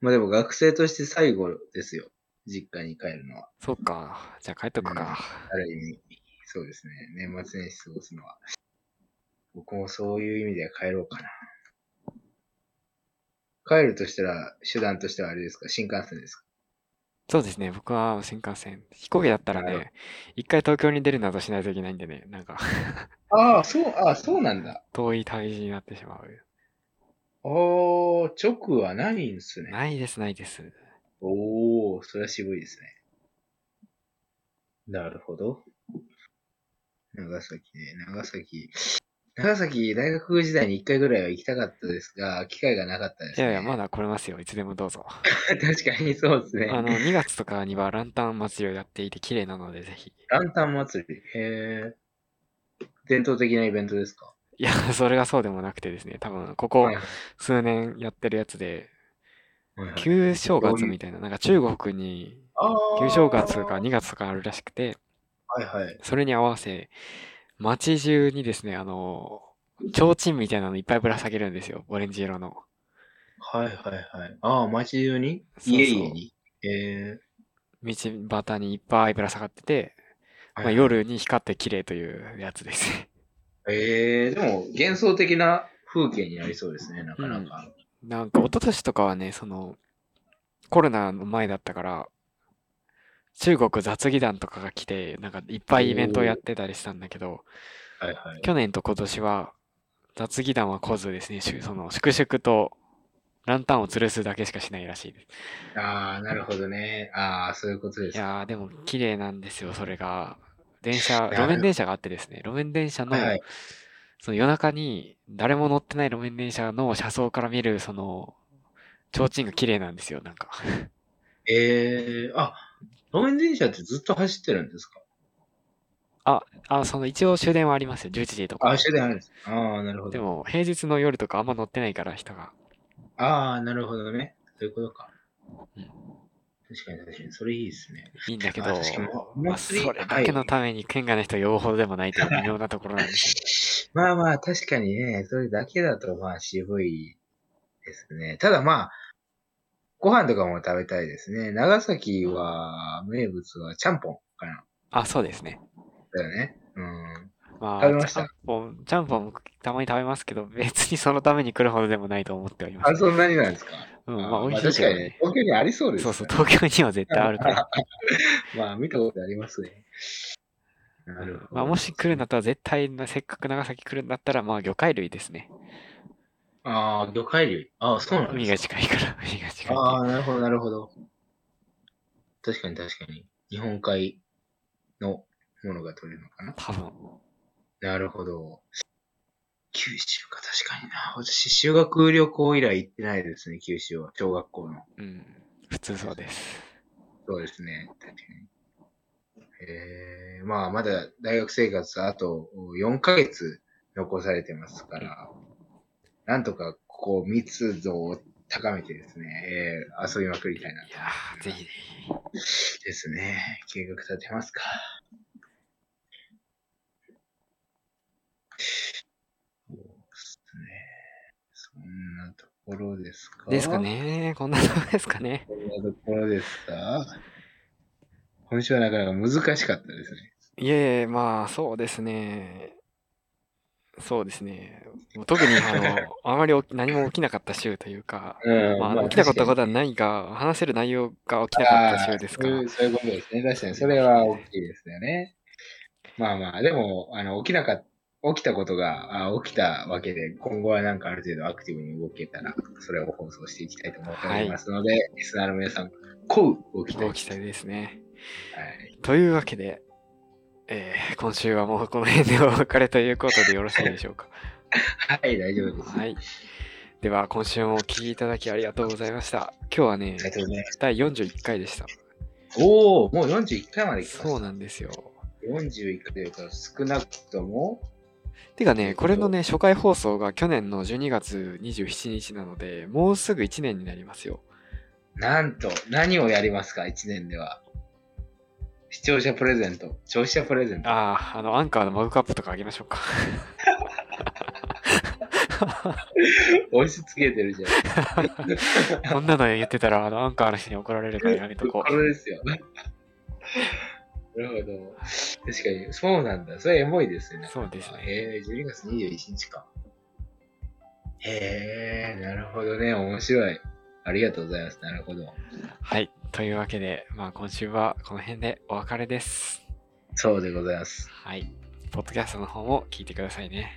[SPEAKER 1] まあでも学生として最後ですよ。実家に帰るのは。
[SPEAKER 2] そっか。じゃあ帰っとくか。
[SPEAKER 1] ある意味、そうですね。年末年始過ごすのは。僕もそういう意味では帰ろうかな。帰るとしたら、手段としてはあれですか新幹線ですか
[SPEAKER 2] そうですね。僕は新幹線。飛行機だったら
[SPEAKER 1] なる
[SPEAKER 2] ね、一回東京に出るなどしないといけないんでね、なんか、
[SPEAKER 1] ああ、そう、ああ、そうなんだ。
[SPEAKER 2] 遠い旅路になってしまう。
[SPEAKER 1] おー、直はないんですね。
[SPEAKER 2] ないです、ないです。
[SPEAKER 1] おー、それは渋いですね。なるほど。長崎ね、長崎。長崎、大学時代に一回ぐらいは行きたかったですが、機会がなかったです、
[SPEAKER 2] い
[SPEAKER 1] ね。
[SPEAKER 2] やいや、まだ来れますよ。いつでもどうぞ。
[SPEAKER 1] 確かにそうですね。
[SPEAKER 2] あの、2月とかにはランタン祭りをやっていて綺麗なので、ぜひ。
[SPEAKER 1] ランタン祭り。へえ。伝統的なイベントですか
[SPEAKER 2] いや、 それがそうでもなくてですね、多分、ここ
[SPEAKER 1] はいはい
[SPEAKER 2] 数年やってるやつで、
[SPEAKER 1] はいはい
[SPEAKER 2] 旧正月みたいな、なんか中国に
[SPEAKER 1] あー
[SPEAKER 2] 旧正月か2月とかあるらしくて、
[SPEAKER 1] はいはい。
[SPEAKER 2] それに合わせ、街中にですね、あの、提灯みたいなのいっぱいぶら下げるんですよ、オレンジ色の。
[SPEAKER 1] はいはいはい。ああ、街中に
[SPEAKER 2] そうそう
[SPEAKER 1] 家々に。え
[SPEAKER 2] 道端にいっぱいぶら下がってて、
[SPEAKER 1] ー
[SPEAKER 2] まあ、。夜に光って綺麗というやつですね。
[SPEAKER 1] えー、でも幻想的な風景になりそうですね、なかなか。
[SPEAKER 2] なんか一昨年とかはね、その、コロナの前だったから、中国雑技団とかが来て、なんかいっぱいイベントをやってたりしたんだけど、
[SPEAKER 1] はいはい。
[SPEAKER 2] 去年と今年は雑技団は来ずですね、しゅその粛々とランタンを吊るすだけしかしないらしいです。
[SPEAKER 1] ああ、なるほどね。ああ、そういうことで
[SPEAKER 2] い
[SPEAKER 1] す。
[SPEAKER 2] やー、でも綺麗なんですよ、それが。電車、
[SPEAKER 1] る
[SPEAKER 2] 路面電車があってですね、路面電車の
[SPEAKER 1] はいはい
[SPEAKER 2] その夜中に誰も乗ってない路面電車の車窓から見る、その、提灯が綺麗なんですよ、なんか。
[SPEAKER 1] ええあ、路面電車ってずっと走ってるんですか
[SPEAKER 2] あ、その一応終電はありますよ、11時とか。
[SPEAKER 1] あ、終電あるんです。ああ、なるほ
[SPEAKER 2] で
[SPEAKER 1] ど。
[SPEAKER 2] も、平日の夜とかあんま乗ってないから、人が。
[SPEAKER 1] ああ、なるほどね。そういうことか。
[SPEAKER 2] うん
[SPEAKER 1] 確かに確かに、それいいですね。
[SPEAKER 2] いいんだけど、
[SPEAKER 1] あ確かに
[SPEAKER 2] まあ、そ
[SPEAKER 1] 祭り
[SPEAKER 2] れだけのために県外の人呼ぶほどでもないという微妙なところなんですよ。
[SPEAKER 1] まあまあ、確かにね、それだけだとまあ渋いですね。ただまあ、ご飯とかも食べたいですね。長崎は、名物はちゃんぽんかな。
[SPEAKER 2] あ、そうですね。
[SPEAKER 1] だよね。うん。
[SPEAKER 2] ま
[SPEAKER 1] 食べ
[SPEAKER 2] あ、
[SPEAKER 1] まし
[SPEAKER 2] ち
[SPEAKER 1] た
[SPEAKER 2] ゃんぽん、ちゃんぽんもたまに食べますけど、別にそのために来るほどでもないと思っておりま
[SPEAKER 1] あ、
[SPEAKER 2] す。
[SPEAKER 1] そんなになんですか
[SPEAKER 2] うん、まあ、美味しい
[SPEAKER 1] 確
[SPEAKER 2] け
[SPEAKER 1] か
[SPEAKER 2] ど
[SPEAKER 1] にね。東京にありそうです
[SPEAKER 2] そ
[SPEAKER 1] よ
[SPEAKER 2] う
[SPEAKER 1] ね
[SPEAKER 2] そう、東京には絶対あるから。
[SPEAKER 1] まあ、見たことあります ね。なるほど。
[SPEAKER 2] まあ、もし来るんだったら、絶対な、せっかく長崎来るんだったら、まあ、魚介類ですね。
[SPEAKER 1] ああ、魚介類。ああ、そうなん
[SPEAKER 2] 海
[SPEAKER 1] で
[SPEAKER 2] が
[SPEAKER 1] す
[SPEAKER 2] 近いから、 海が近い
[SPEAKER 1] か。
[SPEAKER 2] んで。
[SPEAKER 1] ああ、なるほど、なるほど。確かに確かに。日本海のものが取れるのかな。
[SPEAKER 2] 多分。
[SPEAKER 1] なるほど。九州か、確かにな。私、修学旅行以来行ってないですね、九州は。小学校の。
[SPEAKER 2] うん、普通そうです。
[SPEAKER 1] そうですね。確かに。えー、まあ、まだ大学生活あと4ヶ月残されてますから、なんとかここ密度を高めてですね、えー、遊びまくりたいない
[SPEAKER 2] やー、ぜひぜひ。
[SPEAKER 1] ですね。計画立てますか。そうですね。そんなところですか
[SPEAKER 2] ですか。ね。こんなとこですかね。
[SPEAKER 1] そんなところですか今週はなかなか難しかったですね。
[SPEAKER 2] いえいえ、まあ、そうですね。そうですね。特に、あ の、あまり起き何も起きなかった週というか、
[SPEAKER 1] う
[SPEAKER 2] まあ、起きなかったこととはないが、話せる内容が起きな
[SPEAKER 1] な
[SPEAKER 2] かった週ですから。
[SPEAKER 1] そういうそういうことですね。確かに、それは大きいですよね。まあまあ、でも、あの、起きなかっ起きたことがあ起きたわけで、今後はなんかある程度アクティブに動けたら、それを放送していきたいと思っておりますので、リスナーの皆さん、こう動きたい。
[SPEAKER 2] ご期待ですね。
[SPEAKER 1] はい。
[SPEAKER 2] というわけで、えー今週はもうこの辺でお別れということでよろしいでしょうか。
[SPEAKER 1] はい、大丈夫です。
[SPEAKER 2] はい。では、今週もお聞きいただきありがとうございました。今日はね
[SPEAKER 1] あり、がとうございます。
[SPEAKER 2] 第41回でした。
[SPEAKER 1] おお、もう41回まで来ました。
[SPEAKER 2] そうなんですよ。
[SPEAKER 1] 41回というか、少なくとも、
[SPEAKER 2] てかね、これのね、初回放送が去年の12月27日なので、もうすぐ1年になりますよ。
[SPEAKER 1] なんと、何をやりますか、1年では。視聴者プレゼント、消費者プレゼント。
[SPEAKER 2] ああ、あの、アンカーのマグカップとかあげましょうか。
[SPEAKER 1] 押し付けてるじゃん。
[SPEAKER 2] こんなの言ってたら、あの、アンカーの人に怒られるからやめと こ
[SPEAKER 1] これですよ。なるほど。確かに、そうなんだ。それエモいですね。
[SPEAKER 2] そうですね
[SPEAKER 1] へえ、12月21日か。へえ、なるほどね。面白い。ありがとうございます。なるほど。
[SPEAKER 2] う。はい。というわけで、まあ、今週はこの辺でお別れです。
[SPEAKER 1] そうでございます。
[SPEAKER 2] はい。ポッドキャストの方も聞いてくださいね。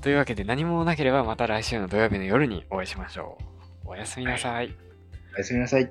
[SPEAKER 2] というわけで、何もなければまた来週の土曜日の夜にお会いしましょう。おやすみなさい
[SPEAKER 1] おやすみなさい。